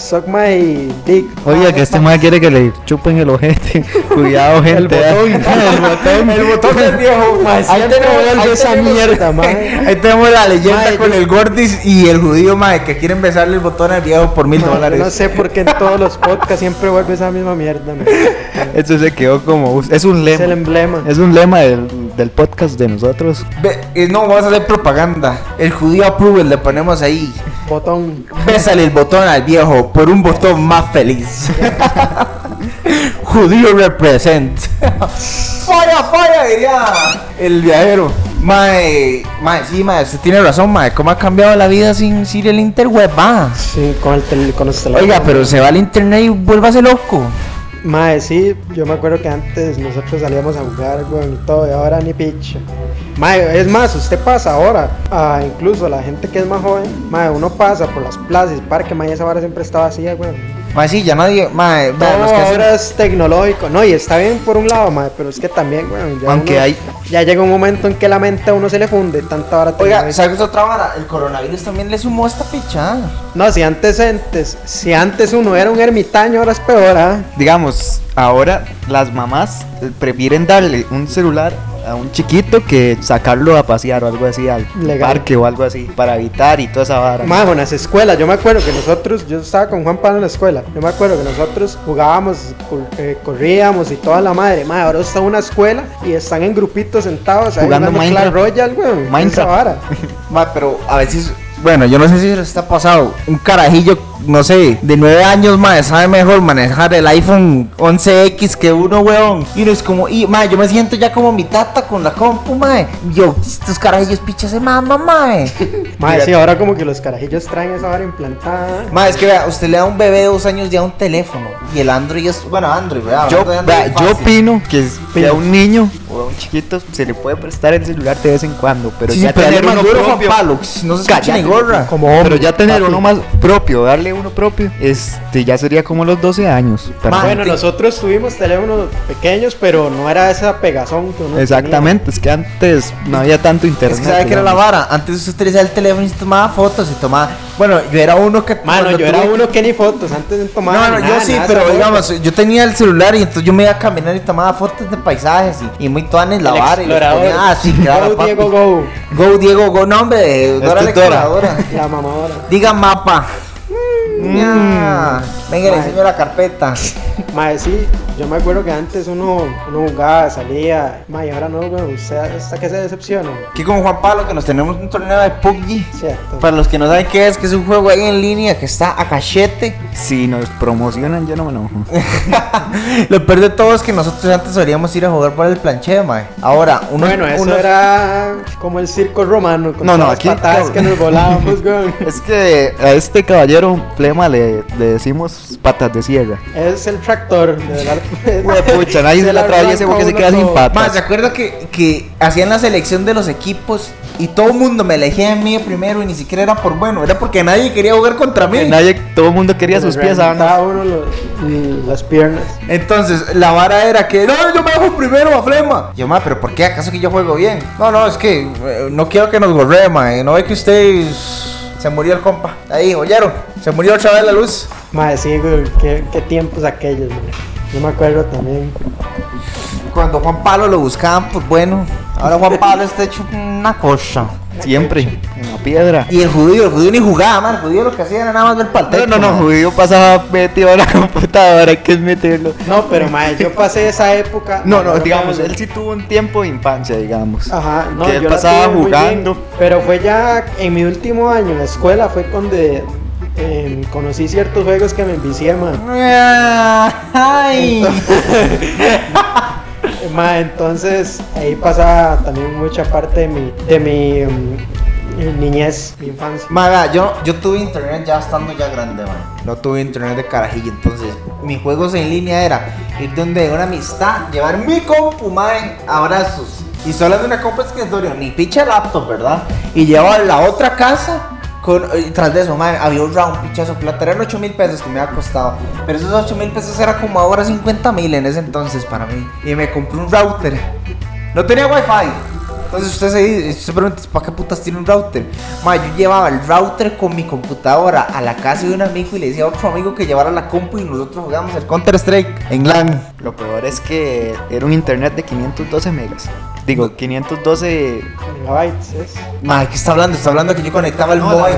S4: Suck my dick.
S6: Oiga, que este ma quiere que le chupen el ojete. [laughs] Cuidado, gente. [laughs]
S5: botón, el botón del viejo.
S4: Mae, siempre vuelve esa mierda, mae.
S5: [laughs] Ahí tenemos la leyenda
S4: Mae,
S5: con
S4: yo-
S5: el gordis y el judío, mae, que quieren besarle el botón al viejo por mil
S4: Mae, yo
S5: dólares.
S4: No sé por qué en todos los podcasts siempre vuelve esa misma mierda, mae.
S6: Eso se quedó como. Es un
S4: Es el
S6: lema.
S4: emblema.
S6: Es un lema del, del podcast de nosotros.
S5: Ve- eh, no, vamos a hacer propaganda. El judío approval le ponemos ahí.
S4: Botón.
S5: Bésale el botón al viejo por un botón más feliz. judío represent. ¡Falla, falla! Diría el viajero. Mae, mae, sí, mae, usted tiene razón, mae. ¿Cómo ha cambiado la vida sin, sin el interweb? Va.
S4: Sí, con, el tel- con los teléfonos.
S5: Oiga, pero se va al internet y vuélvase loco.
S4: Mae, sí, yo me acuerdo que antes nosotros salíamos a jugar, weón, y todo, y ahora ni picha. Mae, es más, usted pasa ahora, ah, incluso la gente que es más joven, mae, uno pasa por las plazas, parque, mae, esa vara siempre está vacía, weón.
S5: Mae, sí, ya nadie, mae, mae,
S4: Todo
S5: los que hacen-
S4: ahora es tecnológico, no, y está bien por un lado, mae, pero es que también, weón, ya
S6: Aunque
S4: uno-
S6: hay-
S4: Ya llega un momento en que la mente a uno se le funde tanta vara
S5: Oiga,
S4: tecnológica.
S5: ¿sabes otra vara? El coronavirus también le sumó esta pichada.
S4: No, si antes, antes, si antes uno era un ermitaño, ahora es peor, ¿ah?
S6: digamos, ahora las mamás eh, prefieren darle un celular a un chiquito que sacarlo a pasear o algo así, al
S4: Legal.
S6: parque o algo así, para evitar y toda esa vara.
S4: Más en las escuelas, yo me acuerdo que nosotros, yo estaba con Juan Pablo en la escuela, yo me acuerdo que nosotros jugábamos, cor- eh, corríamos y toda la madre, madre, ahora está una escuela y están en grupitos sentados ahí
S6: Jugando
S4: Clash
S6: Minecraft.
S4: Royale, weón, esa
S6: Minecraft. [laughs]
S4: vara.
S5: Mae, pero a veces, bueno, yo no sé si les está pasado. Un carajillo, no sé, de 9 años, mae, sabe mejor manejar el iPhone 11X que uno, weón. Y no es como, y mae, yo me siento ya como mi tata con la compu, mae. Yo, estos carajillos pichas de mamá, mae.
S4: Madre, sí, ahora como que los carajillos traen esa vara implantada.
S5: Mae, es que vea, usted le da a un bebé de dos años ya un teléfono. Y el Android es, bueno, Android,
S4: Ah,
S5: ¿verdad?
S6: Yo,
S5: Hablando de Android
S6: vea,
S5: es
S6: yo
S5: fácil.
S6: opino que, es- que a un niño o a un chiquito se le puede prestar el celular de vez en cuando, pero
S5: Sí, sí,
S6: ya
S5: pero
S6: tener
S5: dale
S6: uno
S5: más duro, Juan
S6: propio,
S5: Pablo, no se escucha ni
S6: Cállate,
S5: gorra.
S6: pero ya tener uno más propio, darle uno propio, este ya sería como los 12 años. para mí.
S4: bueno, nosotros tuvimos teléfonos pequeños, pero no era esa pegazón que uno tenía.
S6: Exactamente, es que antes no había tanto internet.
S5: Es que sabe que era la
S6: digamos.
S5: vara. Antes usted utilizaba el teléfono y se tomaba fotos y tomaba. Bueno, yo era uno que.
S4: Mano,
S5: cuando
S4: yo era
S5: tuve-
S4: uno que ni fotos, antes no
S5: No,
S4: tomaba
S5: no,
S4: ni
S5: yo
S4: nada,
S5: sí,
S4: nada de
S5: pero
S4: esa
S5: digamos, yo tenía el celular y entonces yo me iba a caminar y tomaba fotos de paisajes y, y muy tuanes la
S4: El
S5: vara y los
S4: explorador.
S5: ponía- ah, sí,
S4: mierda.
S5: claro,
S4: Go,
S5: papi.
S4: Diego, go,
S5: Go, Diego, go, nombre de Dora
S6: es
S5: la
S6: Dora.
S5: exploradora.
S4: la mamadora.
S5: Diga mapa. Mm. Ya. Venga, le
S4: Mae.
S5: enseño la carpeta.
S4: Mae, sí, yo me acuerdo que antes uno, uno jugaba, salía. Mae, y ahora no, weón. Usted hasta que se decepciona.
S5: Aquí con Juan Pablo que nos tenemos un torneo de PUBG.
S4: Cierto.
S6: Pues,
S5: Para los que no saben qué es, que es un juego ahí en línea que está a cachete.
S6: Si nos promocionan, yo no me [laughs] enojo.
S5: Lo peor de todo es que nosotros antes solíamos ir a jugar por el planche, mae. Ahora, uno
S4: bueno, eso era como el circo romano. Con
S6: No, no,
S4: todas las
S6: aquí-
S4: patadas que nos
S6: [laughs]
S4: volábamos, weón.
S6: Es que a este caballero plema le, le decimos patas de [laughs] sierra.
S4: Es el tractor. De verdad.
S6: Pucha, nadie se la atraviesa porque se queda sin
S4: patas.
S5: Más, ¿se
S6: patas.
S5: acuerda que, que hacían la selección de los equipos y todo el mundo me elegía a mí de primero y ni siquiera era por bueno? Era porque nadie quería jugar contra mí.
S6: Que eh. Nadie, todo el mundo
S4: [laughs]
S6: quería sus pies ¿sabes?
S4: uno los- las piernas.
S5: Entonces, la vara era que, no, yo me dejo primero a Flema. Yo, ma, pero ¿por qué? ¿Acaso que yo juego bien? No, no, es que eh, no quiero que nos gorre, ma. eh, No ve que ustedes... Se murió el compa. Ahí, oyeron. Se murió otra vez la luz.
S4: Mae, sí, weón. Qué, qué tiempos aquellos, weón. Yo me acuerdo también.
S5: Cuando Juan Pablo lo buscaban, pues bueno. Ahora Juan Pablo está hecho una cosa.
S6: ah, Siempre, en la piedra.
S5: Y el judío, el judío ni jugaba, man. El judío lo que hacía era nada más ver
S6: No,
S5: pa'l
S6: no, no,
S5: man.
S6: judío pasaba metido a la computadora, hay que meterlo.
S4: No, pero mae, yo pasé esa época.
S6: No, no,
S4: Ahora,
S6: digamos,
S4: weón,
S6: él sí tuvo un tiempo de infancia, digamos.
S4: Ajá, no,
S6: que él
S4: yo la
S6: pasaba
S4: tuve muy bien,
S6: jugando.
S4: pero fue ya en mi último año en la escuela, fue cuando em, conocí ciertos juegos que me envicié, man.
S5: Ay.
S4: Ma, entonces ahí pasaba también mucha parte de mi, de mi em, niñez, mi infancia.
S5: Maga, yo, yo tuve internet ya estando ya grande, man. No tuve internet de carajillo, entonces mis juegos en línea era ir donde una amistad, llevar mi compu, man, abrazos. Y solo de una compu escritorio, ni pinche laptop, ¿verdad? Y llevar la otra casa. Con, y tras de eso, man, había un round pichazo plata, eran 8 mil pesos que me había costado. Pero esos 8 mil pesos era como ahora 50 mil en ese entonces para mí. Y me compré un router. No tenía wifi. Entonces usted se, dice- usted se pregunta, ¿para qué putas tiene un router? Ma, yo llevaba el router con mi computadora a la casa de un amigo y le decía a otro amigo que llevara la compu y nosotros jugábamos el Counter Strike en LAN.
S6: Lo peor es que era un internet de 512 megas. Digo, 512
S4: Megabytes, es.
S5: Ma, ¿qué está hablando? Está hablando que yo conectaba el móvil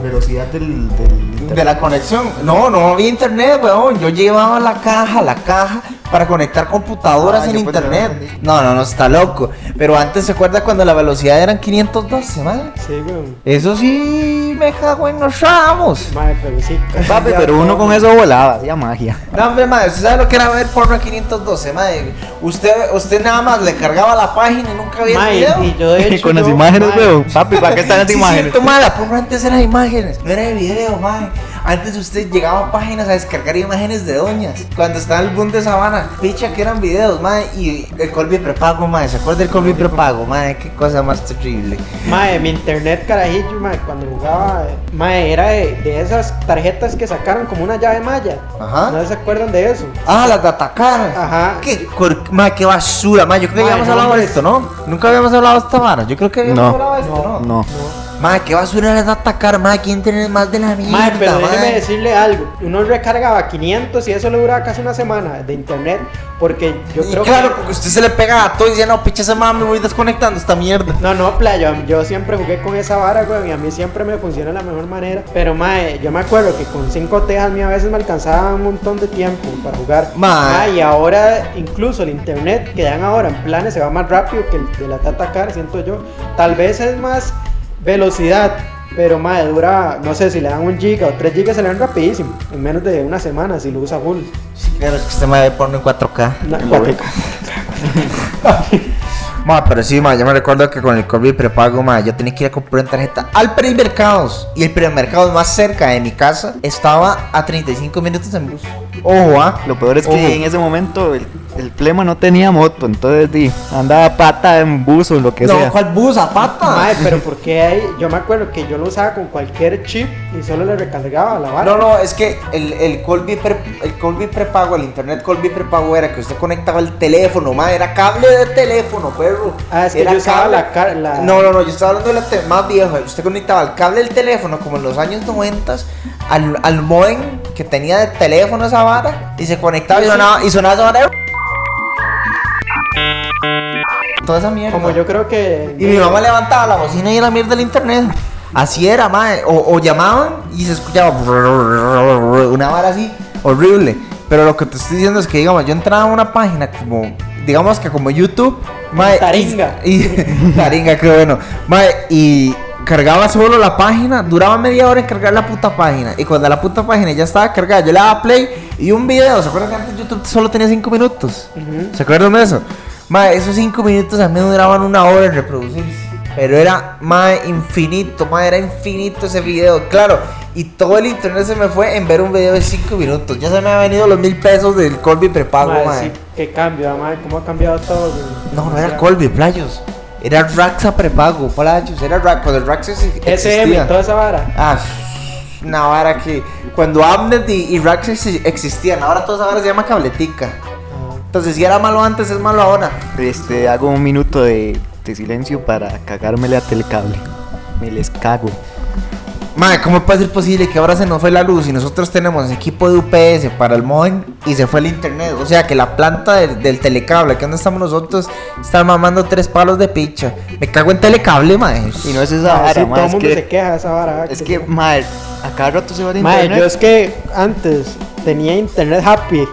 S6: velocidad del, del
S5: de la conexión. No, no había internet, weón. Yo llevaba la caja, la caja,
S9: para conectar computadoras
S6: Ah,
S9: en
S6: yo pensé que lo
S9: internet.
S6: entendí.
S9: No, no, no, está loco. Pero antes se acuerda cuando la velocidad eran 512, man.
S4: Sí, weón.
S9: Eso sí, me cago en los ramos.
S4: Madre, pero sí.
S6: [laughs] Papi, pero uno con eso volaba, hacía magia.
S9: No, hombre, madre, usted sabe lo que era ver porno en 512, madre. Usted, usted nada más le cargaba la página y nunca veía
S4: Mae,
S9: el video.
S4: y yo de
S6: [laughs]
S4: hecho,
S6: con las
S4: yo-
S6: imágenes,
S4: mae,
S6: weón. Papi, ¿para qué están las
S9: Sí,
S6: imágenes?
S9: cierto, mae, la porno antes era de imágenes, no era de video, madre. Antes usted llegaba a páginas a descargar imágenes de doñas. Cuando estaba el boom de Sabana, picha que eran videos, madre. Y el Colby prepago, madre. ¿Se acuerda del Colby prepago, madre? Qué cosa más terrible.
S4: Mae, mi internet carajillo, mae, cuando jugaba, eh, mae, era de, de esas tarjetas que sacaron como una llave malla.
S9: Ajá.
S4: ¿No se acuerdan de eso?
S9: Ah, las de atacar.
S4: Ajá.
S9: Qué, cor- mae, qué basura, madre. Yo creo que
S4: Mae,
S9: habíamos
S4: no,
S9: hablado de
S4: hombre.
S9: esto, ¿no? Nunca habíamos hablado de esta vara. Yo creo que habíamos
S6: No.
S9: hablado de esto, ¿no?
S6: No.
S9: Madre, qué basura era de atacar, madre. ¿Quién tiene más de la mierda,
S4: Mae, pero déjeme
S9: mae?
S4: decirle algo. Uno recargaba 500 y eso le duraba casi una semana de internet. Porque yo
S9: Y
S4: creo
S9: claro,
S4: que.
S9: porque usted se le pega a todo y dice, no, picha esa madre, me voy desconectando esta mierda.
S4: No, no, playa, yo, yo siempre jugué con esa vara, güey, y a mí siempre me funciona de la mejor manera. Pero, mae, yo me acuerdo que con cinco tejas a mí a veces me alcanzaba un montón de tiempo para jugar.
S9: Mae.
S4: Ah, y ahora, incluso el internet que dan ahora en planes se va más rápido que el de la Tata Car, siento yo. Tal vez es más velocidad, pero, mae, dura, no sé, si le dan un giga o tres gigas se le dan rapidísimo, en menos de una semana si lo usa full.
S9: Sí, claro, es que usted me ve porno en 4K.
S4: Una- cuatro-
S9: Ma, pero sí, ma, yo me recuerdo que con el Corby prepago, ma, yo tenía que ir a comprar una tarjeta al Perimercados. Y el Perimercados más cerca de mi casa estaba a 35 minutos en bus. Ojo, ah.
S6: Lo peor es que
S9: Ojo.
S6: en ese momento el, el plema no tenía moto, entonces di, andaba a pata en bus o lo que
S9: No,
S6: sea.
S9: ¿cuál bus? ¿A pata?
S4: Mae, pero ¿por qué ahí? Yo me acuerdo que yo lo usaba con cualquier chip y solo le recargaba la vara.
S9: Ah, No, no, es que el, el, Colby pre- el Colby prepago, el internet Colby prepago era que usted conectaba el teléfono, ma, era cable de teléfono, perro.
S4: Ah, es que
S9: Era
S4: yo usaba la car- la-
S9: No, no, no, yo estaba hablando de la te- más vieja. Usted conectaba el cable del teléfono, como en los años 90, al, al modem que tenía de teléfono esa vara, y se conectaba y sonaba, y sonaba esa vara. Toda esa mierda.
S4: Como yo creo
S5: [laughs]
S4: que.
S9: Y mi mamá levantaba la bocina y la mierda del internet. Así era, mae. O, o llamaban y se escuchaba una vara así, horrible. Pero lo que te estoy diciendo es que, digamos, yo entraba a una página como, digamos que como YouTube, mae. y-
S4: Taringa.
S9: Y, [laughs] taringa, qué bueno. Mae, y cargaba solo la página, duraba media hora en cargar la puta página. Y cuando la puta página ya estaba cargada, yo le daba play y un video. ¿Se acuerdan que antes YouTube solo tenía 5 minutos? ¿Se acuerdan de eso? Mae, esos 5 minutos a mí me duraban una hora en reproducirse. Pero era mae infinito, mae, era infinito ese video, claro. Y todo el internet se me fue en ver un video de 5 minutos. Ya se me han venido los mil pesos del Colby prepago,
S4: Mae,
S9: mae.
S4: sí, qué cambio, ah, mae, cómo ha cambiado todo. güey.
S9: No, no era Colby, playos. Era Raxa prepago, playos. Era Raxa, cuando el Raxa ex- existía.
S4: SM, toda esa vara.
S9: Ah, una vara que. Cuando Amnet y, y Raxa ex- existían, ahora toda esa vara se llama cabletica. Entonces, si era malo antes, es malo ahora.
S6: Este, hago un minuto de, de silencio para cagármele a Telcable. Me les cago.
S9: Madre, ¿cómo puede ser posible que ahora se nos fue la luz y nosotros tenemos equipo de UPS para el modem y se fue el internet? O sea, que la planta del, del telecable, que donde estamos nosotros, está mamando tres palos de picha. Me cago en telecable, madre.
S6: Y no es esa
S4: Mae, sí,
S6: vara,
S4: todo
S6: ma,
S4: el
S6: es
S4: mundo
S6: que,
S4: se queja de esa vara. ah,
S6: es que, madre, a cada rato se va el
S4: Mae,
S6: internet.
S4: yo es que antes tenía internet happy.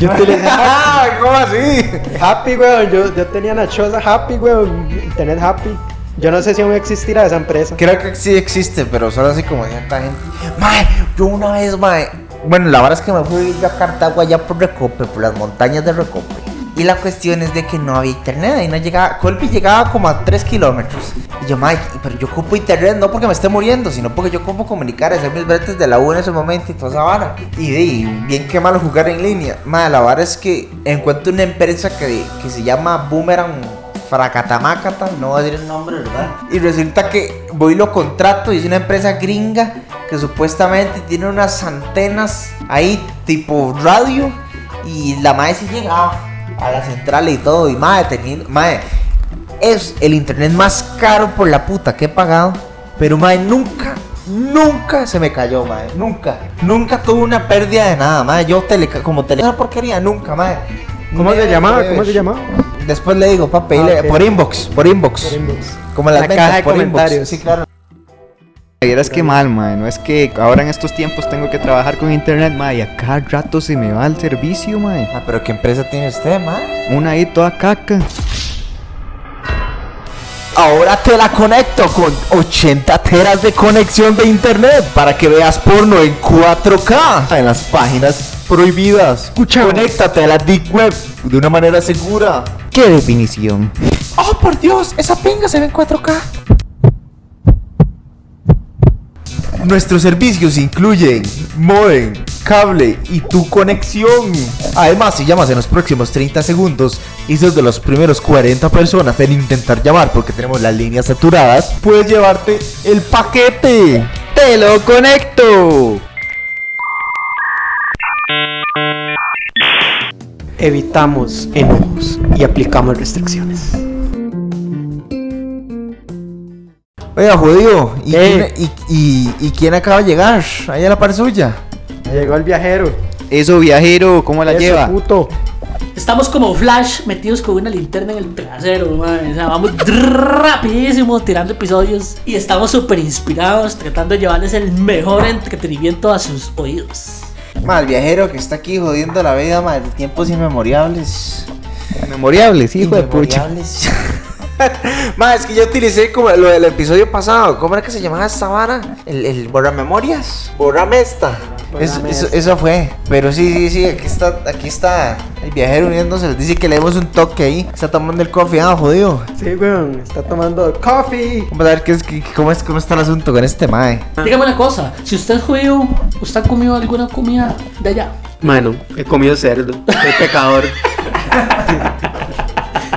S4: yo utilizaba
S9: ¿Cómo así?
S4: happy, weón. Yo, yo tenía una choza happy, weón. Internet happy. Yo no sé si aún existirá esa empresa.
S9: Creo que sí existe, pero solo así como cierta gente. Mae, yo una vez, mae. Bueno, la verdad es que me fui a Cartago allá por Recope, por las montañas de Recope. Y la cuestión es de que no había internet, ahí no llegaba, Colby llegaba como a 3 kilómetros. Y yo, mae, pero yo ocupo internet no porque me esté muriendo, sino porque yo ocupo comunicar, hacer mis bretes de la U en ese momento y toda esa vara. Y de ahí, bien que malo jugar en línea. Mae, la vara es que encuentro una empresa que, que se llama Boomerang Fracatamácata, no voy a decir el nombre, ¿verdad? Y resulta que voy y lo contrato y es una empresa gringa que supuestamente tiene unas antenas ahí tipo radio y la madre sí llegaba a la central y todo y madre tenía, madre, es el internet más caro por la puta que he pagado, pero madre nunca Nunca se me cayó, madre. Nunca. Nunca tuve una pérdida de nada, madre. Yo tele, como tele... Esa porquería, nunca, madre.
S4: ¿Cómo se
S9: Never,
S4: llamaba?
S9: never.
S4: ¿Cómo se llamaba?
S9: Después le digo, papi,
S4: Ah,
S9: le-
S4: ok.
S9: por inbox, por inbox.
S4: Por inbox.
S9: Como las
S4: La
S9: ventas,
S4: caja de
S9: por inbox.
S4: comentarios.
S9: Sí, claro.
S6: Vieras que mal, mae, no es que ahora en estos tiempos tengo que trabajar con internet, mae, y a cada rato se me va el servicio, mae.
S5: Ah, pero ¿qué empresa tiene usted, mae?
S6: Una ahí toda caca.
S9: Ahora te la conecto con 80 teras de conexión de internet para que veas porno en 4K en las páginas prohibidas. Conéctate a la Deep Web de una manera segura.
S6: ¡Qué definición!
S9: ¡Oh, por Dios! Esa pinga se ve en 4K.
S5: Nuestros servicios incluyen modem, cable y tu conexión. Además, si llamas en los próximos 30 segundos y sos de los primeros 40 personas en intentar llamar porque tenemos las líneas saturadas, puedes llevarte el paquete.
S6: ¡Te lo conecto!
S10: Evitamos enojos y aplicamos restricciones.
S5: Oiga, judío, ¿y,
S10: Eh.
S5: quién, y- y- y quién acaba de llegar? Ahí a la par suya.
S10: Llegó el viajero.
S6: Eso, viajero, ¿cómo la
S10: Ese
S6: lleva?
S10: puto.
S2: Estamos como Flash metidos con una linterna en el trasero, mae. O sea, vamos rapidísimo tirando episodios y estamos súper inspirados tratando de llevarles el mejor entretenimiento a sus oídos.
S5: Mal viajero que está aquí jodiendo la vida, mal de tiempos inmemoriales.
S6: Memoriables, hijo de pucha.
S5: [laughs] Inmemoriables. Ma, es que yo utilicé como lo del episodio pasado. ¿Cómo era que se llamaba esta vara? El, el borramemorias. Borrame esta.
S4: Pues
S2: Pues
S5: Eso, eso- eso fue. Pero sí, sí, sí. Aquí está, aquí está el viajero uniéndose. Dice que le demos un toque ahí. Está tomando el coffee, ah, jodido.
S10: Sí, weón, está tomando coffee.
S5: Vamos a ver qué es, qué- cómo, es, cómo está el asunto con este mae.
S2: Dígame una cosa, si usted es judío, ¿usted ha comido alguna comida de allá?
S4: Mano, he comido cerdo. Soy pecador.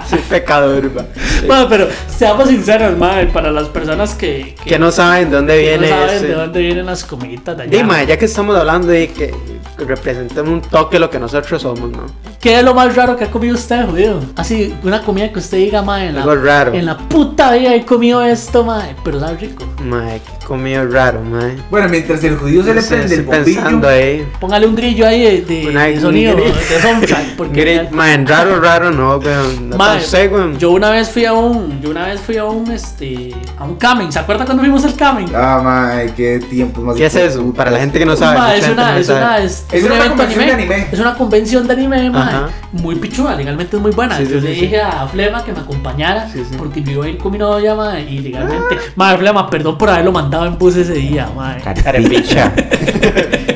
S4: Soy pecador, ma.
S2: Bueno, pero seamos sinceros, madre, para las personas que, que-
S4: Que no saben de dónde
S2: que no
S4: viene
S2: saben
S4: ese.
S2: de dónde vienen las comiditas de allá.
S4: Di, ma, ya que estamos hablando de que representamos un toque lo que nosotros somos, ¿no?
S2: ¿Qué es lo más raro que ha comido usted, judío? Así, una comida que usted diga, madre, en la,
S4: Algo raro.
S2: en la puta vida he comido esto, madre, pero sabe rico.
S4: Mae, qué comido raro, mae.
S5: Bueno, mientras el judío
S4: No sé, estoy pensando ahí.
S2: Póngale un grillo ahí de, de-
S4: Una-
S2: de sonido,
S4: un grillo.
S2: de soundtrack, porque...
S4: Gre- mae, raro, raro, no, weón. No em.
S2: Mae,
S4: sé, weón.
S2: yo una vez fui a un, yo una vez fui a un, este, a un Kamen, ¿se acuerda cuando vimos el Kamen?
S5: Ah, mae, qué tiempo más.
S4: ¿Qué es eso? Para la gente que no sabe.
S2: Ma,
S4: mucha
S2: es
S4: gente
S2: una,
S4: no
S2: es
S4: sabe.
S2: una, es,
S5: Es
S2: un
S5: una
S2: evento
S5: convención
S2: anime.
S5: de anime.
S2: Es una convención de anime, ma,
S4: Ajá.
S2: muy pichuda, legalmente es muy buena.
S4: Sí, sí,
S2: yo
S4: sí,
S2: le
S4: sí.
S2: dije a Flema que me acompañara
S4: Sí, sí.
S2: porque yo iba a ir con mi novia, ma, y legalmente. Ma, Flema, perdón por haberlo mandado en bus ese día, ma.
S5: Carepicha.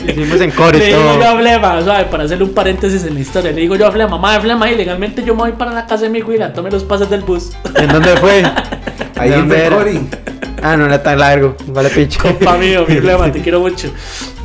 S4: Hicimos en
S2: Le [laughs]
S4: coro y
S2: digo yo
S4: todo.
S2: a Flema, ¿sabe? para hacerle un paréntesis en la historia, le digo yo a Flema, madre Flema, y legalmente yo me voy para la casa de mi cuida, tome los pases del bus.
S4: ¿En dónde fue?
S5: [laughs] Ahí
S4: ¿De
S5: en
S4: dónde era?
S5: Cori.
S4: Ah, no era tan largo.
S2: [laughs]
S4: Vale, pinche.
S2: Compa mío,
S5: [laughs]
S2: mi Flema, te quiero mucho.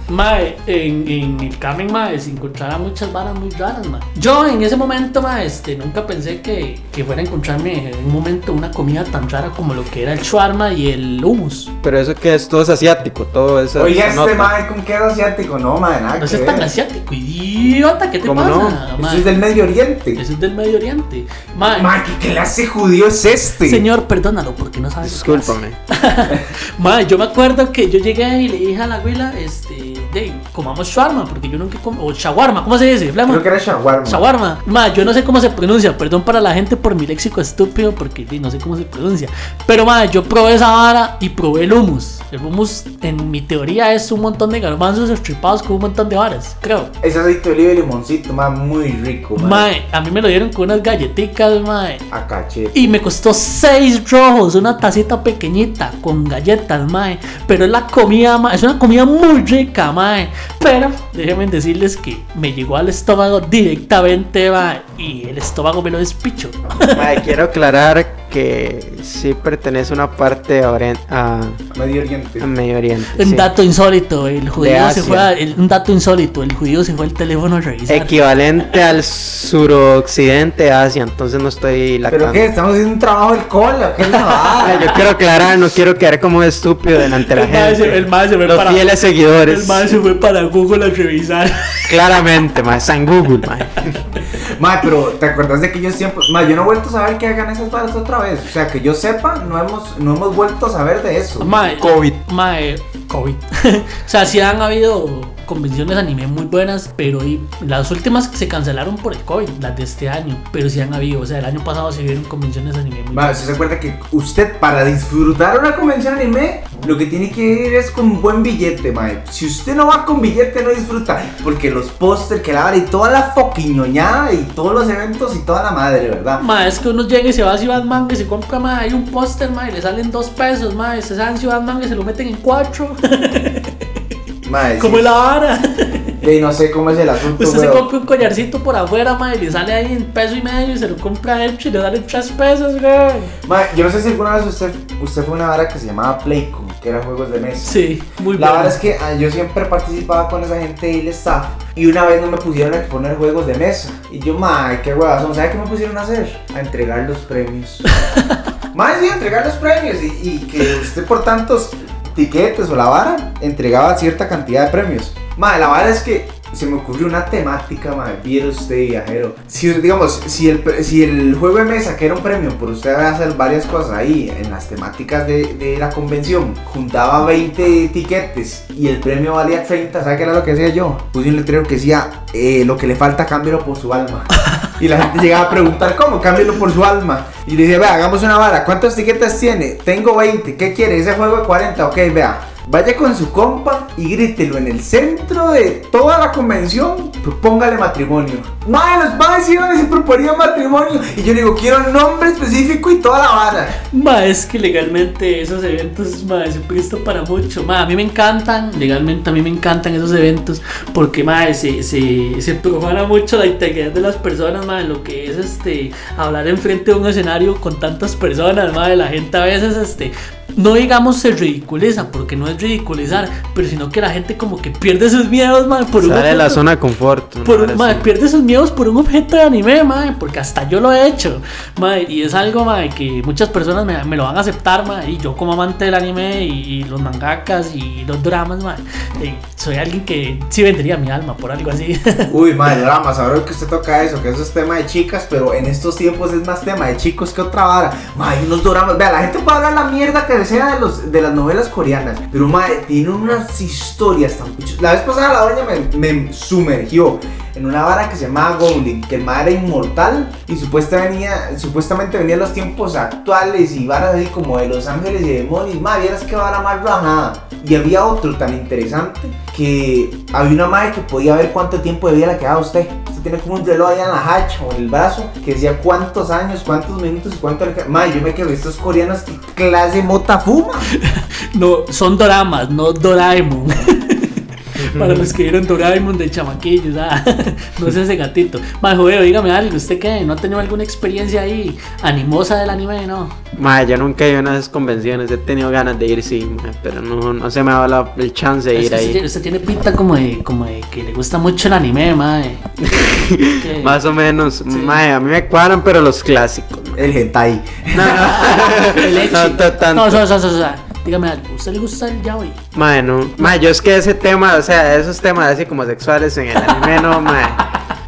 S2: Mae, en, en el Kamen, mae, se encontraba muchas varas muy raras, mae. Yo en ese momento, mae, este, nunca pensé que, que fuera a encontrarme en un momento una comida tan rara como lo que era el shawarma y el hummus.
S4: Pero eso que es todo es asiático, todo eso.
S5: Oye,
S4: se
S5: este
S4: nota.
S5: mae con queso asiático, no, mae, nada.
S2: No
S5: que
S2: seas tan
S5: ver.
S2: asiático, idiota, ¿qué te
S4: ¿Cómo
S2: pasa?
S4: no?
S5: Eso
S2: mae?
S5: es del Medio Oriente.
S2: Eso es del Medio Oriente. Mae,
S5: Ma, ¿qué clase judío es este?
S2: señor, perdónalo porque no sabes lo que hace.
S4: Discúlpame.
S2: Mae, yo me acuerdo que yo llegué y le dije a la abuela, este, de, comamos shawarma, porque yo nunca como, o shawarma, ¿cómo se dice? Flema?
S5: Creo que era shawarma.
S2: Shawarma. Ma, yo no sé cómo se pronuncia. Perdón para la gente por mi léxico estúpido porque di, no sé cómo se pronuncia. Pero ma, yo probé esa vara y probé el hummus. El hummus, en mi teoría, es un montón de garbanzos estripados con un montón de varas, creo.
S5: Es aceite de oliva y limoncito, ma, muy rico, ma.
S2: Ma, a mí me lo dieron con unas galletitas, ma.
S5: A cachete.
S2: Y me costó 6 rojos, una tacita pequeñita con galletas, mae. Pero es la comida, mae. Es una comida muy rica, mae. Pero déjenme decirles que me llegó al estómago directamente, mae. Y el estómago me lo
S4: [laughs]
S2: despicho.
S4: Mae, quiero aclarar que sí pertenece a una parte de Oren- a,
S5: Medio Oriente.
S4: a Medio Oriente.
S2: Un
S4: sí.
S2: dato insólito, el judío se
S4: Asia.
S2: fue a- el- un dato insólito, el judío se fue al teléfono a revisar.
S4: Equivalente al suroccidente de Asia, entonces no estoy
S5: ¿Pero
S4: lactando.
S5: qué? ¿Estamos haciendo un trabajo del cola? ¿Qué
S2: [laughs]
S5: es la
S4: Mae,
S5: vara?
S4: Yo quiero aclarar, no quiero quedar como estúpido delante de la
S2: El [laughs] mae se-
S4: gente.
S2: el mae se fue
S4: Los
S2: para-
S4: fieles seguidores.
S2: el mae se fue para Google a revisar.
S4: Claramente, mae, está en Google, mae.
S5: ma, pero ¿te acordás de que yo siempre... Ma, yo no he vuelto a saber que hagan esas varas otra vez. O sea, que yo sepa, no hemos, no hemos vuelto a saber de eso.
S2: Mae,
S4: COVID.
S2: Mae, COVID. [laughs] o sea, sí han habido convenciones anime muy buenas, pero y- las últimas que se cancelaron por el COVID, las de este año, pero sí han habido, o sea, el año pasado se vieron convenciones anime muy
S5: Ma,
S2: buenas.
S5: ¿usted se acuerda que usted para disfrutar una convención anime
S9: Lo que tiene que ir es con buen billete, mae. Si usted no va con billete, no disfruta. Porque los póster que la vara y toda la foquiñoñada y todos los eventos y toda la madre, ¿verdad?
S2: Ma, es que uno llega y se va a Ciudad Manga y se compra, ma, hay un póster, ma, y le salen dos pesos, ma, y se sale en Ciudad Manga y se lo meten en cuatro. [laughs]
S9: Mae,
S2: Como
S9: sí.
S2: la vara.
S9: Ey, no sé cómo es el asunto,
S2: Usted se
S9: weón.
S2: compra un collarcito por afuera, ma, y le sale ahí en peso y medio y se lo compra hecho y le salen tres pesos, güey.
S9: Mae, yo no sé si alguna vez usted, usted fue a una vara que se llamaba Playco, que eran juegos de mesa.
S2: Sí, muy
S9: La
S2: bueno.
S9: verdad es que ah, yo siempre participaba con esa gente y el staff. Y una vez no me pusieron a exponer juegos de mesa. Y yo, madre, qué huevazón. ¿Sabes qué me pusieron a hacer? A entregar los premios. Más bien, entregar los premios. Y, y que usted por tantos tiquetes o la vara entregaba cierta cantidad de premios. Madre, la vara es que se me ocurrió una temática, madre. Viera usted, viajero. Si, digamos, si el, pre- si el juego de mesa, que era un premio, por usted va a hacer varias cosas ahí en las temáticas de, de la convención, juntaba 20 tiquetes y el premio valía 30. ¿Sabe qué era lo que decía yo? Puse un letrero que decía: eh, Lo que le falta, cámbialo por su alma. Y la gente llegaba a preguntar cómo, cámbialo por su alma. Y le decía, vea, hagamos una vara, ¿cuántas tiquetas tiene? Tengo 20, ¿qué quiere? Ese juego de 40, ok, vea. Vaya con su compa y grítelo en el centro de toda la convención, propóngale matrimonio. Madre, los padres iban y se proponían matrimonio. Y yo le digo, quiero un nombre específico y toda la vara.
S2: Ma, es que legalmente esos eventos, ma, se presta para mucho. Ma, a mí me encantan, legalmente a mí me encantan esos eventos, porque, ma, se, se, se profana mucho la integridad de las personas, ma, en lo que es, este, hablar enfrente de un escenario con tantas personas, ma, la gente a veces, este, no digamos se ridiculiza, porque no es ridiculizar, pero sino que la gente como que pierde sus miedos, ma, [laughs] por un
S4: Sale de la
S2: objeto-
S4: zona de confort. una
S2: por un-
S4: vara
S2: mae,
S4: así.
S2: pierde sus miedos por un objeto de anime, mae, porque hasta yo lo he hecho. mae, y es algo mae, que muchas personas me, me lo van a aceptar, mae, y yo como amante del anime y, y los mangakas y los dramas, mae, eh, soy alguien que sí vendería mi alma por algo así. [laughs]
S9: Uy, madre, dramas, ahora que usted toca eso, que eso es tema de chicas, pero en estos tiempos es más tema de chicos que otra vara. Madre, unos dramas, vea, la gente puede hablar la mierda que sea de, los, de las novelas coreanas, pero madre, tiene unas historias tan pichos. La vez pasada la doña me, me sumergió en una vara que se llamaba Goblin, que el madre era inmortal y supuestamente venía, supuestamente venía de los tiempos actuales y varas así como de Los Ángeles y Demonios. Madre, vieras que vara más rajada. Y había otro tan interesante que había una madre que podía ver cuánto tiempo de vida le quedaba a usted. Usted tiene como un reloj allá en la hacha o en el brazo que decía cuántos años, cuántos minutos y cuánto le quedaba. Madre, yo me quedé estos coreanos que clase mota fuma.
S2: no, son dramas, no Doraemon. [laughs] Para los que vieron Doraemon de chamaquillos, ah, [laughs] no es ese gatito. Mae, joder, dígame algo, ¿usted qué? ¿No ha tenido alguna experiencia ahí animosa del anime? No.
S4: Mae, yo nunca he ido a unas convenciones, he tenido ganas de ir, sí, mae, pero no, no se me ha dado la- el chance de
S2: Es
S4: ir
S2: que
S4: ahí.
S2: Usted, usted tiene pinta como de, como de que le gusta mucho el anime,
S4: [laughs]
S2: mae. Que-
S4: Más o menos, mae, a mí me cuadran, pero los clásicos. mae.
S9: El hentai.
S4: No,
S2: [laughs]
S4: [laughs]
S2: el ecchi.
S4: no, no, no,
S2: No, no,
S4: tanto.
S2: no, no, no. Dígame algo, ¿usted le gusta el yaoi?
S4: Mae, no. Mae, yo es que ese tema, o sea, esos temas así como sexuales en el anime, no, mae.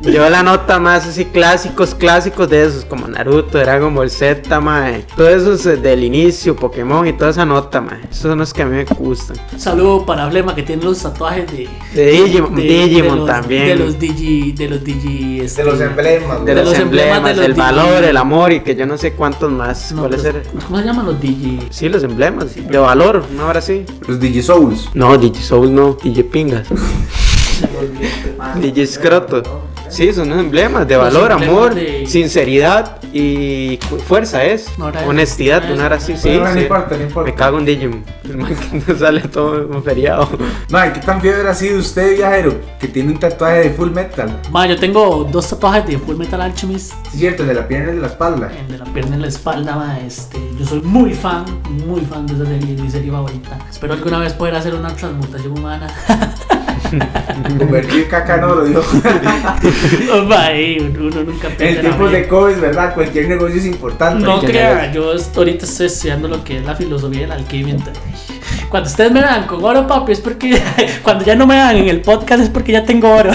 S4: Yo la nota más así clásicos, clásicos de esos, como Naruto, Dragon Ball Z, mae. Todos esos eh, del inicio, Pokémon y toda esa nota, mae. Esos son los que a mí me gustan.
S2: Saludo para Flema que tiene los tatuajes de.
S4: De Digimon, Digimon
S2: los-
S4: también.
S2: De los Digi. De los Digi. este,
S9: De los emblemas.
S4: De,
S2: De
S4: los,
S2: los
S4: emblemas,
S2: emblemas de
S4: el
S2: los
S4: valor,
S2: Digimon.
S4: el amor y que yo no sé cuántos más.
S2: no, pues,
S4: ¿Cuáles
S2: los-
S4: eran?
S2: ¿Cómo se llaman los Digi?
S4: Sí, los emblemas, de valor, ¿no? Ahora sí.
S9: Los Digisouls.
S4: No, Digisoul no, Digipingas. Digiscroto. Sí, son unos emblemas de
S2: Los
S4: valor,
S2: emblemas
S4: amor,
S2: de-
S4: sinceridad y cu- fuerza es.
S2: No, ahora es-
S4: Honestidad,
S2: ahora es-
S4: una hora sí, sí.
S9: Pero no
S4: sí.
S9: importa, no importa.
S4: Me cago en Digimon. El man que no sale todo un feriado.
S9: Madre, ¿qué tan fiebre ha sido usted, viajero? Que tiene un tatuaje de full metal.
S2: Ma, yo tengo dos tatuajes de Full Metal Alchemist.
S9: Sí, cierto, el de la pierna y el de la espalda.
S2: en- de la pierna en la espalda, ma, este, yo soy muy fan, muy fan de esa serie, es mi serie favorita. Espero alguna vez poder hacer una transmutación humana.
S9: [laughs] Convertir caca en oro, dijo.
S2: [laughs] Oh, ma, eh, uno nunca piensa
S9: En
S2: la
S9: tiempos
S2: vida.
S9: de COVID, ¿verdad? Cualquier negocio es importante.
S2: No
S9: Cualquier
S2: crea,
S9: negocio.
S2: yo est- ahorita estoy estudiando lo que es la filosofía de la alquimia. entonces, ay, Cuando ustedes me dan con oro, papi, es porque [laughs] cuando ya no me dan en el podcast es porque ya tengo oro.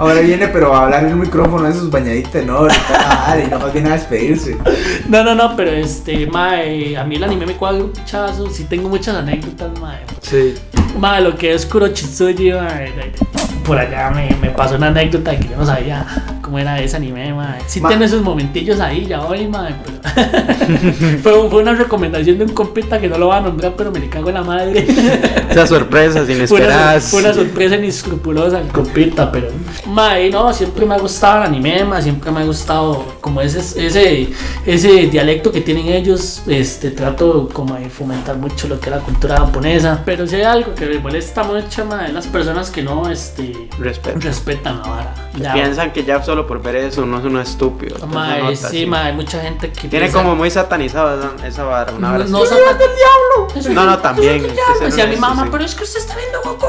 S9: Ahora viene, pero va a hablar en el micrófono de sus bañaditas, no, y no más viene a despedirse.
S2: No, no, no, pero este, mae, a mí el anime me cuadra un pichazo, sí tengo muchas anécdotas, mae.
S4: Sí.
S2: Ma, lo que es Kurochitsuji, ma, de- de- por allá me, me pasó una anécdota que yo no sabía. Como cómo era ese anime, mae. Sí tiene sus momentillos ahí, ya hoy, mae. pero- [laughs] fue, un- fue una recomendación de un compita que no lo va a nombrar, pero me le cago en la madre.
S11: Esas sorpresas
S2: Fue una,
S11: inesperadas.
S2: sor- fue una sorpresa inescrupulosa el compita, pero. Mae, no, siempre me ha gustado el anime, mae, siempre me ha gustado como ese, ese, ese dialecto que tienen ellos. Este trato como de fomentar mucho lo que es la cultura japonesa. Pero si hay algo que me molesta mucho, mae, es las personas que no este,
S11: Respeto.
S2: respetan la vara.
S11: Que
S2: Ya,
S11: Piensan que ya solo por ver eso uno es uno estúpido. Entonces,
S2: mae,
S11: no nota,
S2: sí,
S11: sí.
S2: mae, hay mucha gente que.
S11: Tiene
S2: piensa-
S11: como muy satanizado esa, esa vara, una vara
S2: No,
S11: así.
S2: satan-
S11: No, no, también. hay que ser
S2: Decía Pues, mi
S11: honesto,
S2: mamá,
S11: sí.
S2: pero es que usted está viendo Goku.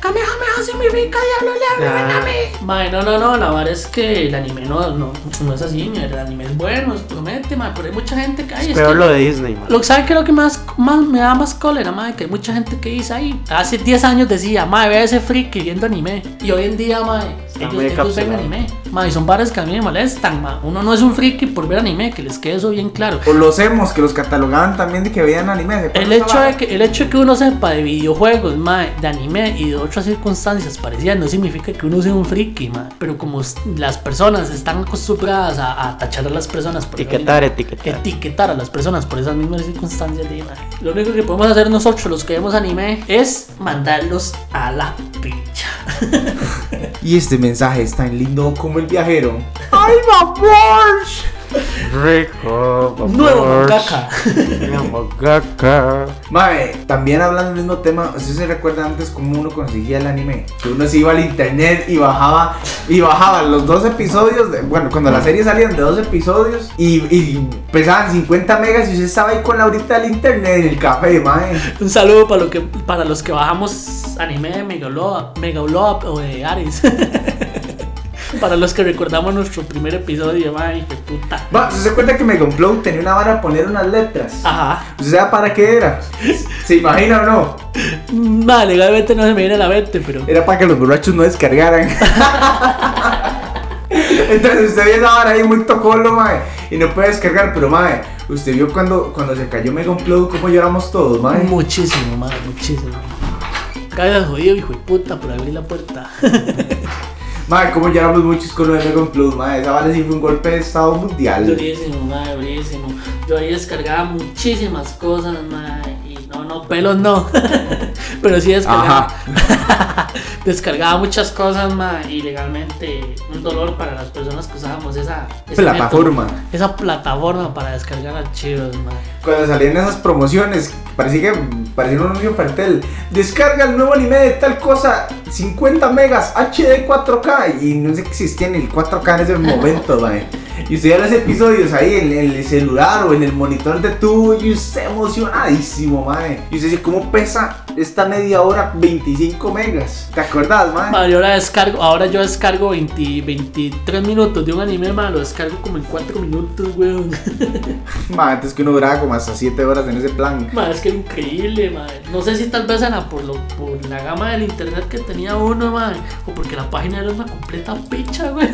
S2: Kamehameha se me brinca, diablo, le habla,
S11: Ah.
S2: vename. Mae, no, no, no, la verdad es que el anime no, no, no es así, mae, el anime es bueno, es promete, mae, pero hay mucha gente que hay.
S11: Peor lo de Disney, man.
S2: Lo que sabe que lo que más, más me da más cólera, mae, que hay mucha gente que dice ahí. Hace 10 años decía, mae, ve a ese friki viendo anime. Y hoy en día, mae, ellos,
S11: muy
S2: ellos ven
S11: encapsulado.
S2: anime. Mae, son varas que a mí me molestan, mae. Uno no es un friki por ver anime, que les quede eso bien claro.
S9: O los hemos que los catalogaban también de que veían anime. ¿se acuerdan
S2: El
S9: de esa
S2: hecho,
S9: vara?
S2: de que, el hecho de que uno sepa de videojuegos, mae, de anime y de otras circunstancias parecidas no significa que uno sea un friki, mae. pero como s- las personas están acostumbradas a, a tachar a las personas por
S11: Etiquetar,
S2: esa misma-
S11: etiquetar.
S2: etiquetar a las personas por esas mismas circunstancias de mae. Lo único que podemos hacer nosotros, los que vemos anime, es mandarlos a la pincha.
S9: Y este mensaje es tan lindo como el viajero.
S11: Rico, vapor.
S2: Nuevo mangaka. [laughs]
S11: Nuevo mangaka.
S9: Mae, también hablando del mismo tema, ¿ustedes se recuerda antes cómo uno conseguía el anime? Que uno se iba al internet y bajaba, y bajaba los dos episodios, de- bueno, cuando las series salían de dos episodios y, y pesaban 50 megas y usted estaba ahí con la horita del internet en el café, mae.
S2: Un saludo para, lo que, para los que bajamos anime de Megaloa, Megaloa o de Ares. [laughs] para los que recordamos nuestro primer epidio, ay, qué puta.
S9: Ma, ¿usted se acuerda que Megaplow tenía una vara a poner unas letras?
S2: Ajá.
S9: ¿Usted sabe para qué era? ¿Se imagina o no?
S2: Nah, legalmente no se me viene a la mente, pero.
S9: Era para que los borrachos no descargaran. Entonces usted vio esa vara ahí muy tocolo, mae. Y no puede descargar, pero mae, usted vio cuando, cuando se cayó Mega Upload cómo lloramos todos, mae.
S2: Muchísimo, madre, muchísimo. Cagas jodido, hijo de puta, por abrir la puerta. [laughs]
S9: Mae, cómo lloramos muchos con lo de Mega Upload, mae. Esa vara sí fue un golpe de estado mundial.
S2: durísimo, madre, durísimo. Yo ahí descargaba muchísimas cosas, madre. Y no, no, pelos no. [laughs] pero sí descargaba. [laughs] descargaba muchas cosas, madre. Y legalmente un dolor para las personas que usábamos esa ese
S9: Plataforma.
S2: método, esa plataforma para descargar archivos, madre.
S9: Cuando salían esas promociones, parecía que parecía un anuncio infantil. Descarga el nuevo anime de tal cosa, 50 megas, HD 4K. Y no existía ni el 4K en ese momento, mae. Y usted veía los episodios ahí en, en el celular o en el monitor de tubo y usted emocionadísimo, mae. Y usted dice, ¿cómo pesa esta media hora 25 megas? ¿Te acordás, mae?
S2: Madre, yo ahora descargo, ahora yo descargo 20 23 minutos de un anime, madre, lo descargo como en 4 minutos, weón.
S9: Mae, antes que uno duraba como hasta 7 horas en ese plan.
S2: Madre, es que era increíble, madre. No sé si tal vez era por, lo, por la gama del internet que tenía uno, madre. O porque la página era una completa picha, güey.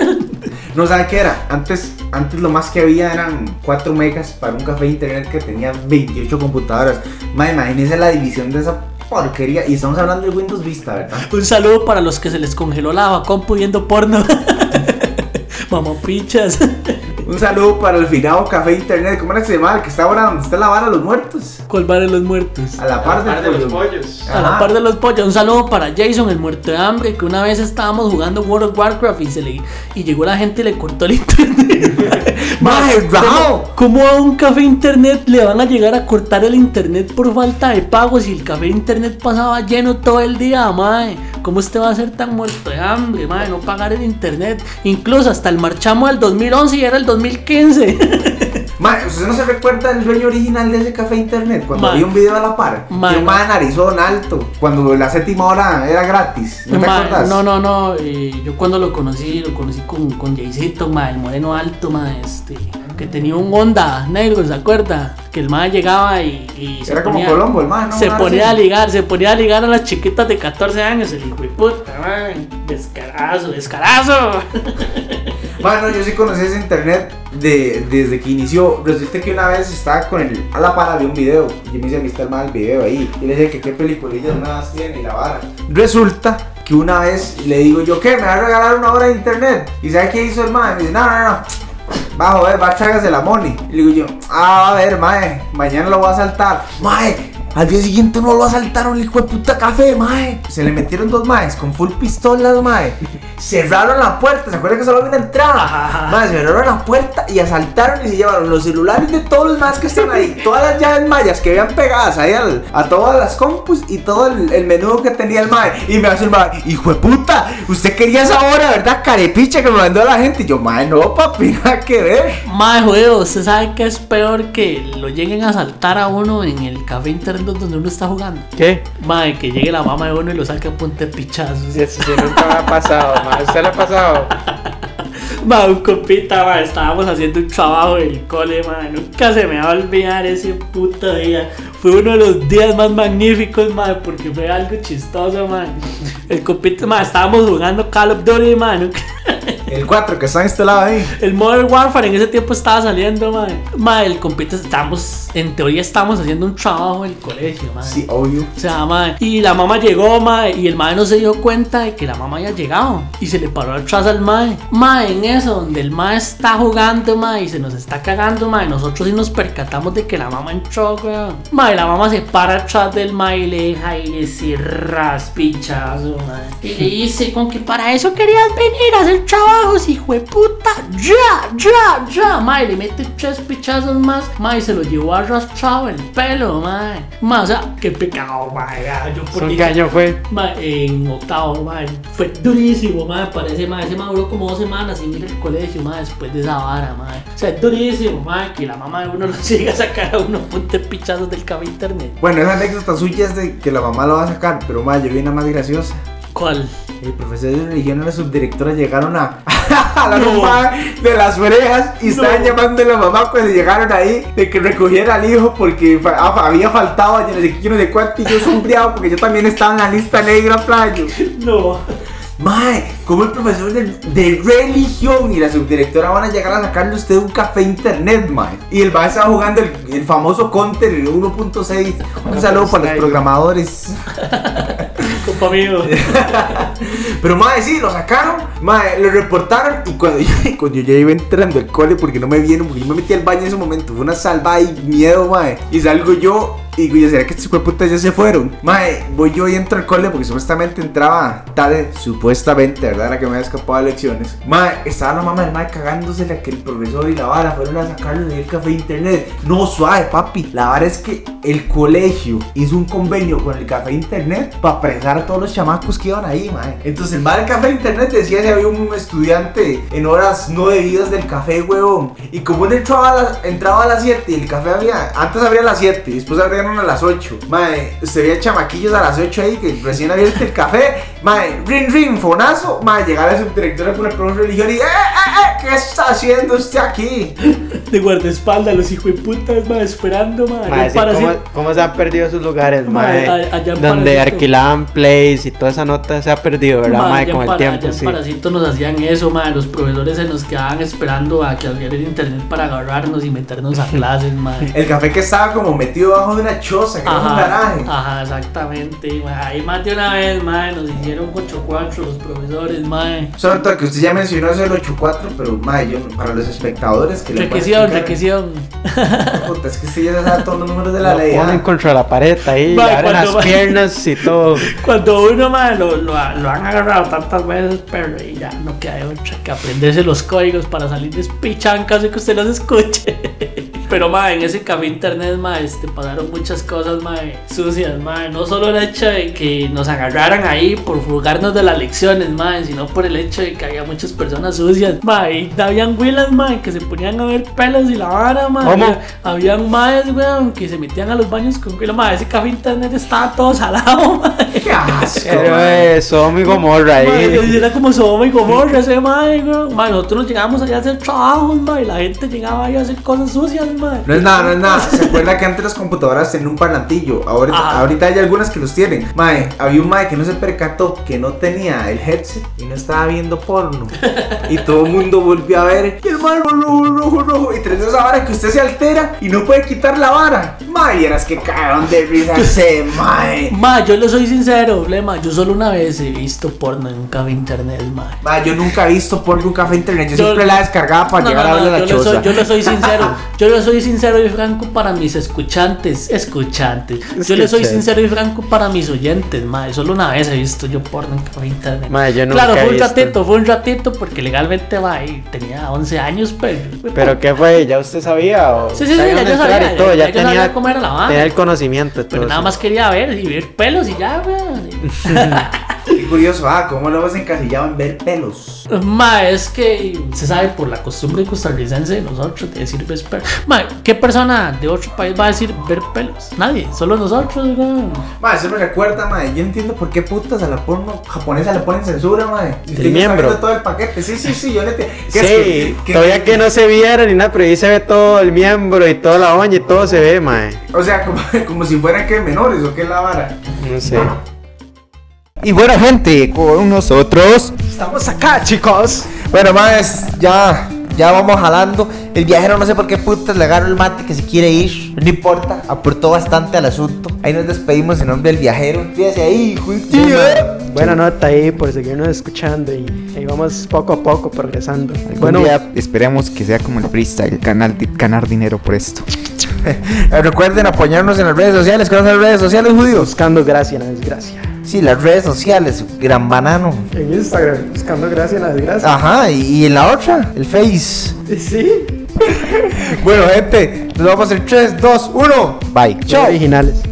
S9: No sabe qué era. Antes, antes lo más que había eran 4 megas para un café de internet que tenía 28 computadoras. Mae, imagínese la división de esa porquería. Y estamos hablando de Windows Vista, ¿verdad?
S2: [laughs] Un saludo para los que se les congeló la compu viendo porno. [laughs] Mamá pichas. [laughs]
S9: Un saludo para el finado café de internet. ¿Cómo era que se llamaba? El que está ahora donde está la vara de los muertos.
S2: Colvar de los muertos.
S9: A la par,
S11: Par de
S9: del
S11: los
S9: pollo.
S11: pollos.
S2: A la
S9: Ajá.
S2: par de los pollos, un saludo para Jason, el muerto de hambre, que una vez estábamos jugando World of Warcraft y, se le, y llegó la gente y le cortó el internet.
S9: [laughs] Mae,
S2: ¿cómo,
S9: bravo.
S2: cómo a un café internet le van a llegar a cortar el internet por falta de pagos si el café internet pasaba lleno todo el día, mae? ¿Cómo usted va a ser tan muerto de hambre, mae? No pagar el internet. Incluso hasta el marchamo del 2011 y era el [laughs] 2015.
S9: Mae, ¿usted no se recuerda del dueño original de ese café de internet? Cuando
S2: Mae.
S9: había un video a la par.
S2: Mae,
S9: Y un mae narizón alto. Cuando la séptima hora era gratis. ¿No te
S2: Ma,
S9: acordás?
S2: no, no, no. eh, yo cuando lo conocí, lo conocí con, con Jaycito, ma, el moreno alto, ma, este, que tenía un Honda negro, ¿se acuerda? Que el ma llegaba y, y
S9: Era como Colombo, el mae, ¿no?
S2: se
S9: Una vara
S2: ponía
S9: así.
S2: a ligar, se ponía a ligar a las chiquitas de 14 años, el hijo de puta, ma, descarazo, descarazo.
S9: Bueno, yo sí conocí ese internet de- desde que inició. Resulta que una vez estaba con el a la para de un video. Y me hice amistad mal el video ahí. Y le dije que qué peliculillas nuevas tiene y la vara. Resulta que una vez le digo yo, ¿qué? ¿Me va a regalar una hora de internet? ¿Y sabe qué hizo el mae? Me dice, no, no, no. Va, joder, va, tráigase la money. Y le digo yo, ah, a ver, mae, mañana lo voy a saltar. Mae, al día siguiente no lo asaltaron el hijo de puta café, mae. Se le metieron dos maes con full pistolas, mae. Cerraron la puerta, ¿se acuerdan que solo había una entrada? Mae, cerraron la puerta y asaltaron y se llevaron los celulares de todos los maes que están
S5: [laughs]
S9: ahí. Todas las llaves mayas que habían pegadas ahí al- a todas las compus y todo el, el menú que tenía el mae. Y me hace el mae, hijo de puta, usted quería esa hora, ¿verdad? Carepicha que me mandó la gente. Y yo, mae, no, papi, [laughs] nada que ver.
S2: Mae, jodido, usted sabe que es peor que lo lleguen a saltar a uno en el café internet donde uno está jugando.
S11: ¿Qué?
S2: Mae, que llegue la mamá de uno y lo saque a punta de pichazos.
S11: Eso sí, nunca me ha pasado, mae. ¿Usted le ha pasado?
S2: [laughs] Mae, un copita, mae, estábamos haciendo un trabajo del cole, mae. Nunca se me va a olvidar ese puto día. Fue uno de los días más magníficos, mae, porque fue algo chistoso, mae. El copita, mae, estábamos jugando Call of Duty, mae. nunca- [laughs]
S5: El 4 que está instalado ahí.
S2: El Modern Warfare en ese tiempo estaba saliendo, mae. Mae, el compita, estamos, en teoría estábamos haciendo un trabajo del colegio, mae.
S5: Sí, obvio.
S2: O sea, mae, y la mamá llegó, mae, y el mae no se dio cuenta de que la mamá había llegado. Y se le paró atrás al mae. Mae, en eso, donde el mae está jugando, mae, y se nos está cagando, mae. Nosotros sí nos percatamos de que la mamá entró, weón. Mae, la mamá se para atrás del mae y le deja y le cierra pichazo, mae. Y le dice, con que para eso querías venir a hacer trabajos, hijo de puta. Ya, ya, ya, mae, le mete tres pichazos más, mae, se lo llevó arrastrado el pelo, mae. Mae, o sea, qué pecado, mae. vea, Yo por
S11: ¿Son qué
S2: dicha-
S11: año fue?
S2: Ma, en octavo, ma, fue durísimo, ma, parece, ma, ese ma duró como dos semanas sin ir al colegio, ma, después de esa vara, ma. O sea, es durísimo, ma, que la mamá de uno [laughs] lo siga a sacar a uno ponte pichazos del cable internet.
S9: Bueno, esa anécdota suya es de que la mamá lo va a sacar, pero mae, yo vi una más graciosa.
S2: ¿Cuál?
S9: El profesor de religión y la subdirectora llegaron a, [laughs] a la mamá de las orejas y estaban llamando a la mamá cuando llegaron ahí de que recogiera al hijo porque fa- ah, había faltado a no sé qué, yo no sé cuánto y yo sombreado porque yo también estaba en la lista negra, playo.
S2: No.
S9: Mae, ¿cómo el profesor de, de religión y la subdirectora van a llegar a sacarle a usted un café internet, mae? Y el mae estaba jugando el, el famoso counter el 1.6. Un saludo para los programadores.
S2: Compa mío.
S9: Pero madre, sí, lo sacaron, madre, lo reportaron y cuando yo, [laughs] cuando yo ya iba entrando al cole porque no me vieron, porque yo me metí al baño en ese momento, fue una salva y miedo, madre. Y salgo yo y digo, "Ya, ¿será que estos putas ya se fueron? Madre, voy yo y entro al cole porque supuestamente entraba tarde, supuestamente, ¿verdad? Era que me había escapado de lecciones. Madre, estaba la mamá del madre cagándose la que el profesor y la vara fueron a sacarlo del café de internet. No, suave, papi. La vara es que el colegio hizo un convenio con el café internet para apresar a todos los chamacos que iban ahí, mae. Entonces el bar del café internet decía si había un estudiante en horas no debidas del café, huevón. Y como él entraba a las, entraba a las 7 y el café había, antes abría a las 7, después abrieron a las 8. Mae, se veía chamaquillos a las 8 ahí que recién abierto el café. Mae, rin rin, fonazo. Mae, llegaba la subdirectora con el profesor de religión y, eh, eh, eh, ¿qué está haciendo usted aquí?
S2: De guardaespaldas, los hijos de putas, ma, esperando, ma.
S11: Mae,
S2: Allá
S11: sí,
S2: para
S11: ¿cómo,
S2: sí-
S11: cómo se han perdido esos lugares,
S2: Mae,
S11: mae?
S2: a- allá en
S11: Donde
S2: Paracito.
S11: alquilaban plays y toda esa nota se ha perdido, ¿verdad,
S2: Ma,
S11: mae?
S2: allá
S11: Con
S2: en
S11: el
S2: Para- allá
S11: tiempo,
S2: en
S11: sí.
S2: Paracito nos hacían eso, ma, los proveedores se nos quedaban esperando a que abriera el internet para agarrarnos y meternos a clases, ma.
S9: El café que estaba como metido bajo de una choza, que era un garaje.
S2: ajá, exactamente. ma. Ahí más de una vez, mae, nos hicieron 8-4 los profesores, mae.
S9: Solo que usted ya mencionó eso del 8-4, pero mae, yo, para los espectadores que le puedan
S2: Requisión,
S9: explicar,
S2: requisión.
S9: puta, Es que usted ya sabe todos los números de la
S11: Lo
S9: ley.
S11: ponen
S9: ah.
S11: contra la pared ahí,
S2: Mae,
S11: le abren
S2: cuando
S11: las
S2: va-
S11: piernas y todo.
S2: Cuando uno mae, lo, lo, ha- lo han agarrado tantas veces, pero y ya no queda de otra que aprenderse los códigos para salir despichado en caso de que usted los escuche. [laughs] Pero mae, en ese café internet mae, este, pasaron muchas cosas mae, sucias, mae. no solo el hecho de que nos agarraran ahí por fugarnos de las lecciones, mae, sino por el hecho de que había muchas personas sucias. Mae, y habían huilas mae, que se ponían a ver pelos y la vara, mae.
S11: ¿Cómo?
S2: Había- Habían maes, weón, que se metían a los baños con huila, mae, ese café internet estaba todo salado, [laughs] mae.
S9: ¡Qué asco!
S11: Pero eh,
S9: mae.
S11: eso, mi gomorra
S6: eh.
S2: Mae,
S11: ahí.
S2: era como Sodoma y Gomorra ese mae, weón. Mae, nosotros llegábamos allá a hacer trabajos, mae, y la gente llegaba ahí a hacer cosas sucias, mae.
S9: No es nada, no es nada. ¿Se acuerda que antes las computadoras tenían un parlantillo? Ahorita,
S2: Ajá.
S9: ahorita hay algunas que los tienen. Mae, había un mae que no se percató que no tenía el headset y no estaba viendo porno. Y todo el mundo volvió a ver. Y el mae rojo, rojo, rojo. Y tres de esa vara que usted se altera y no puede quitar la vara. Mae, eras que cagaron de risa ese mae.
S2: Ma, yo le soy sincero, Lema. Yo solo una vez he visto porno en un café internet, ma.
S9: Mae, yo nunca he visto porno en un café internet. Yo,
S2: Yo-
S9: siempre la descargaba para
S2: No,
S9: llegar
S2: no,
S9: a
S2: no,
S9: ver la
S2: yo, le
S9: choza.
S2: soy, yo le
S11: [laughs]
S2: soy sincero, yo le soy sincero y franco para mis escuchantes, escuchantes. Yo le soy
S11: Escuchantes.
S2: sincero y franco para mis oyentes, madre. Solo una vez he visto yo porno en café internet.
S11: Mae, yo nunca
S2: claro,
S11: he
S2: fue un
S11: visto.
S2: ratito, fue un ratito porque legalmente va y tenía 11 años, pues, pero
S11: ¿Pero qué fue? ¿Ya usted sabía? O
S2: Sí, sí, sí,
S11: sabía
S2: ya
S11: dónde
S2: yo
S11: entrar
S2: sabía,
S11: y todo,
S2: ya-
S11: ya
S2: ya yo
S11: tenía,
S2: sabía cómo era la vara.
S11: tenía el conocimiento.
S2: pero
S11: todo,
S2: nada
S11: sí.
S2: más quería ver y ver pelos y ya, weón.
S9: Qué curioso, ah, cómo lo hemos encasillado en ver pelos.
S2: Ma, es que se sabe por la costumbre costarricense de nosotros de decir ver pelos. Ma, ¿qué persona de otro país va a decir ver pelos? Nadie, solo nosotros, weón.
S9: Madre, eso me recuerda, madre. Yo entiendo por qué putas a la porno japonesa le ponen censura, madre. Y usted ya está
S11: miembro.
S9: viendo todo el paquete. Sí, sí, sí, yo le entiendo.
S11: Sí, todavía que no se viera ni nada, pero ahí se ve todo el miembro y toda la uña y todo se ve, mae.
S9: O sea, como, [laughs] como si fueran que menores o que la vara.
S11: No sé.
S6: Y bueno, gente, con nosotros.
S9: Estamos acá, chicos.
S5: Bueno, más, ya, ya vamos jalando. El viajero no sé por qué putas le agarró el mate que se quiere ir. No importa, aportó bastante al asunto. Ahí nos despedimos en nombre del viajero. Fíjese ahí, hijo de
S9: ¿eh?
S5: tío.
S4: Buena nota ahí por seguirnos escuchando y ahí vamos poco a poco progresando.
S6: Algún
S4: Bueno,
S6: día esperemos que sea como el freestyle, ganar, di- ganar dinero por esto.
S5: Eh, Recuerden apoyarnos en las redes sociales. ¿Cuáles son las redes sociales, judíos?
S4: buscando gracia en la desgracia.
S5: Sí, las redes sociales, gran banano.
S4: En Instagram, buscando gracia en la desgracia.
S5: Ajá, y, y en la otra, el Face.
S4: Sí,
S5: Bueno, gente, nos vamos en 3, 2, 1. Bye.
S4: originales.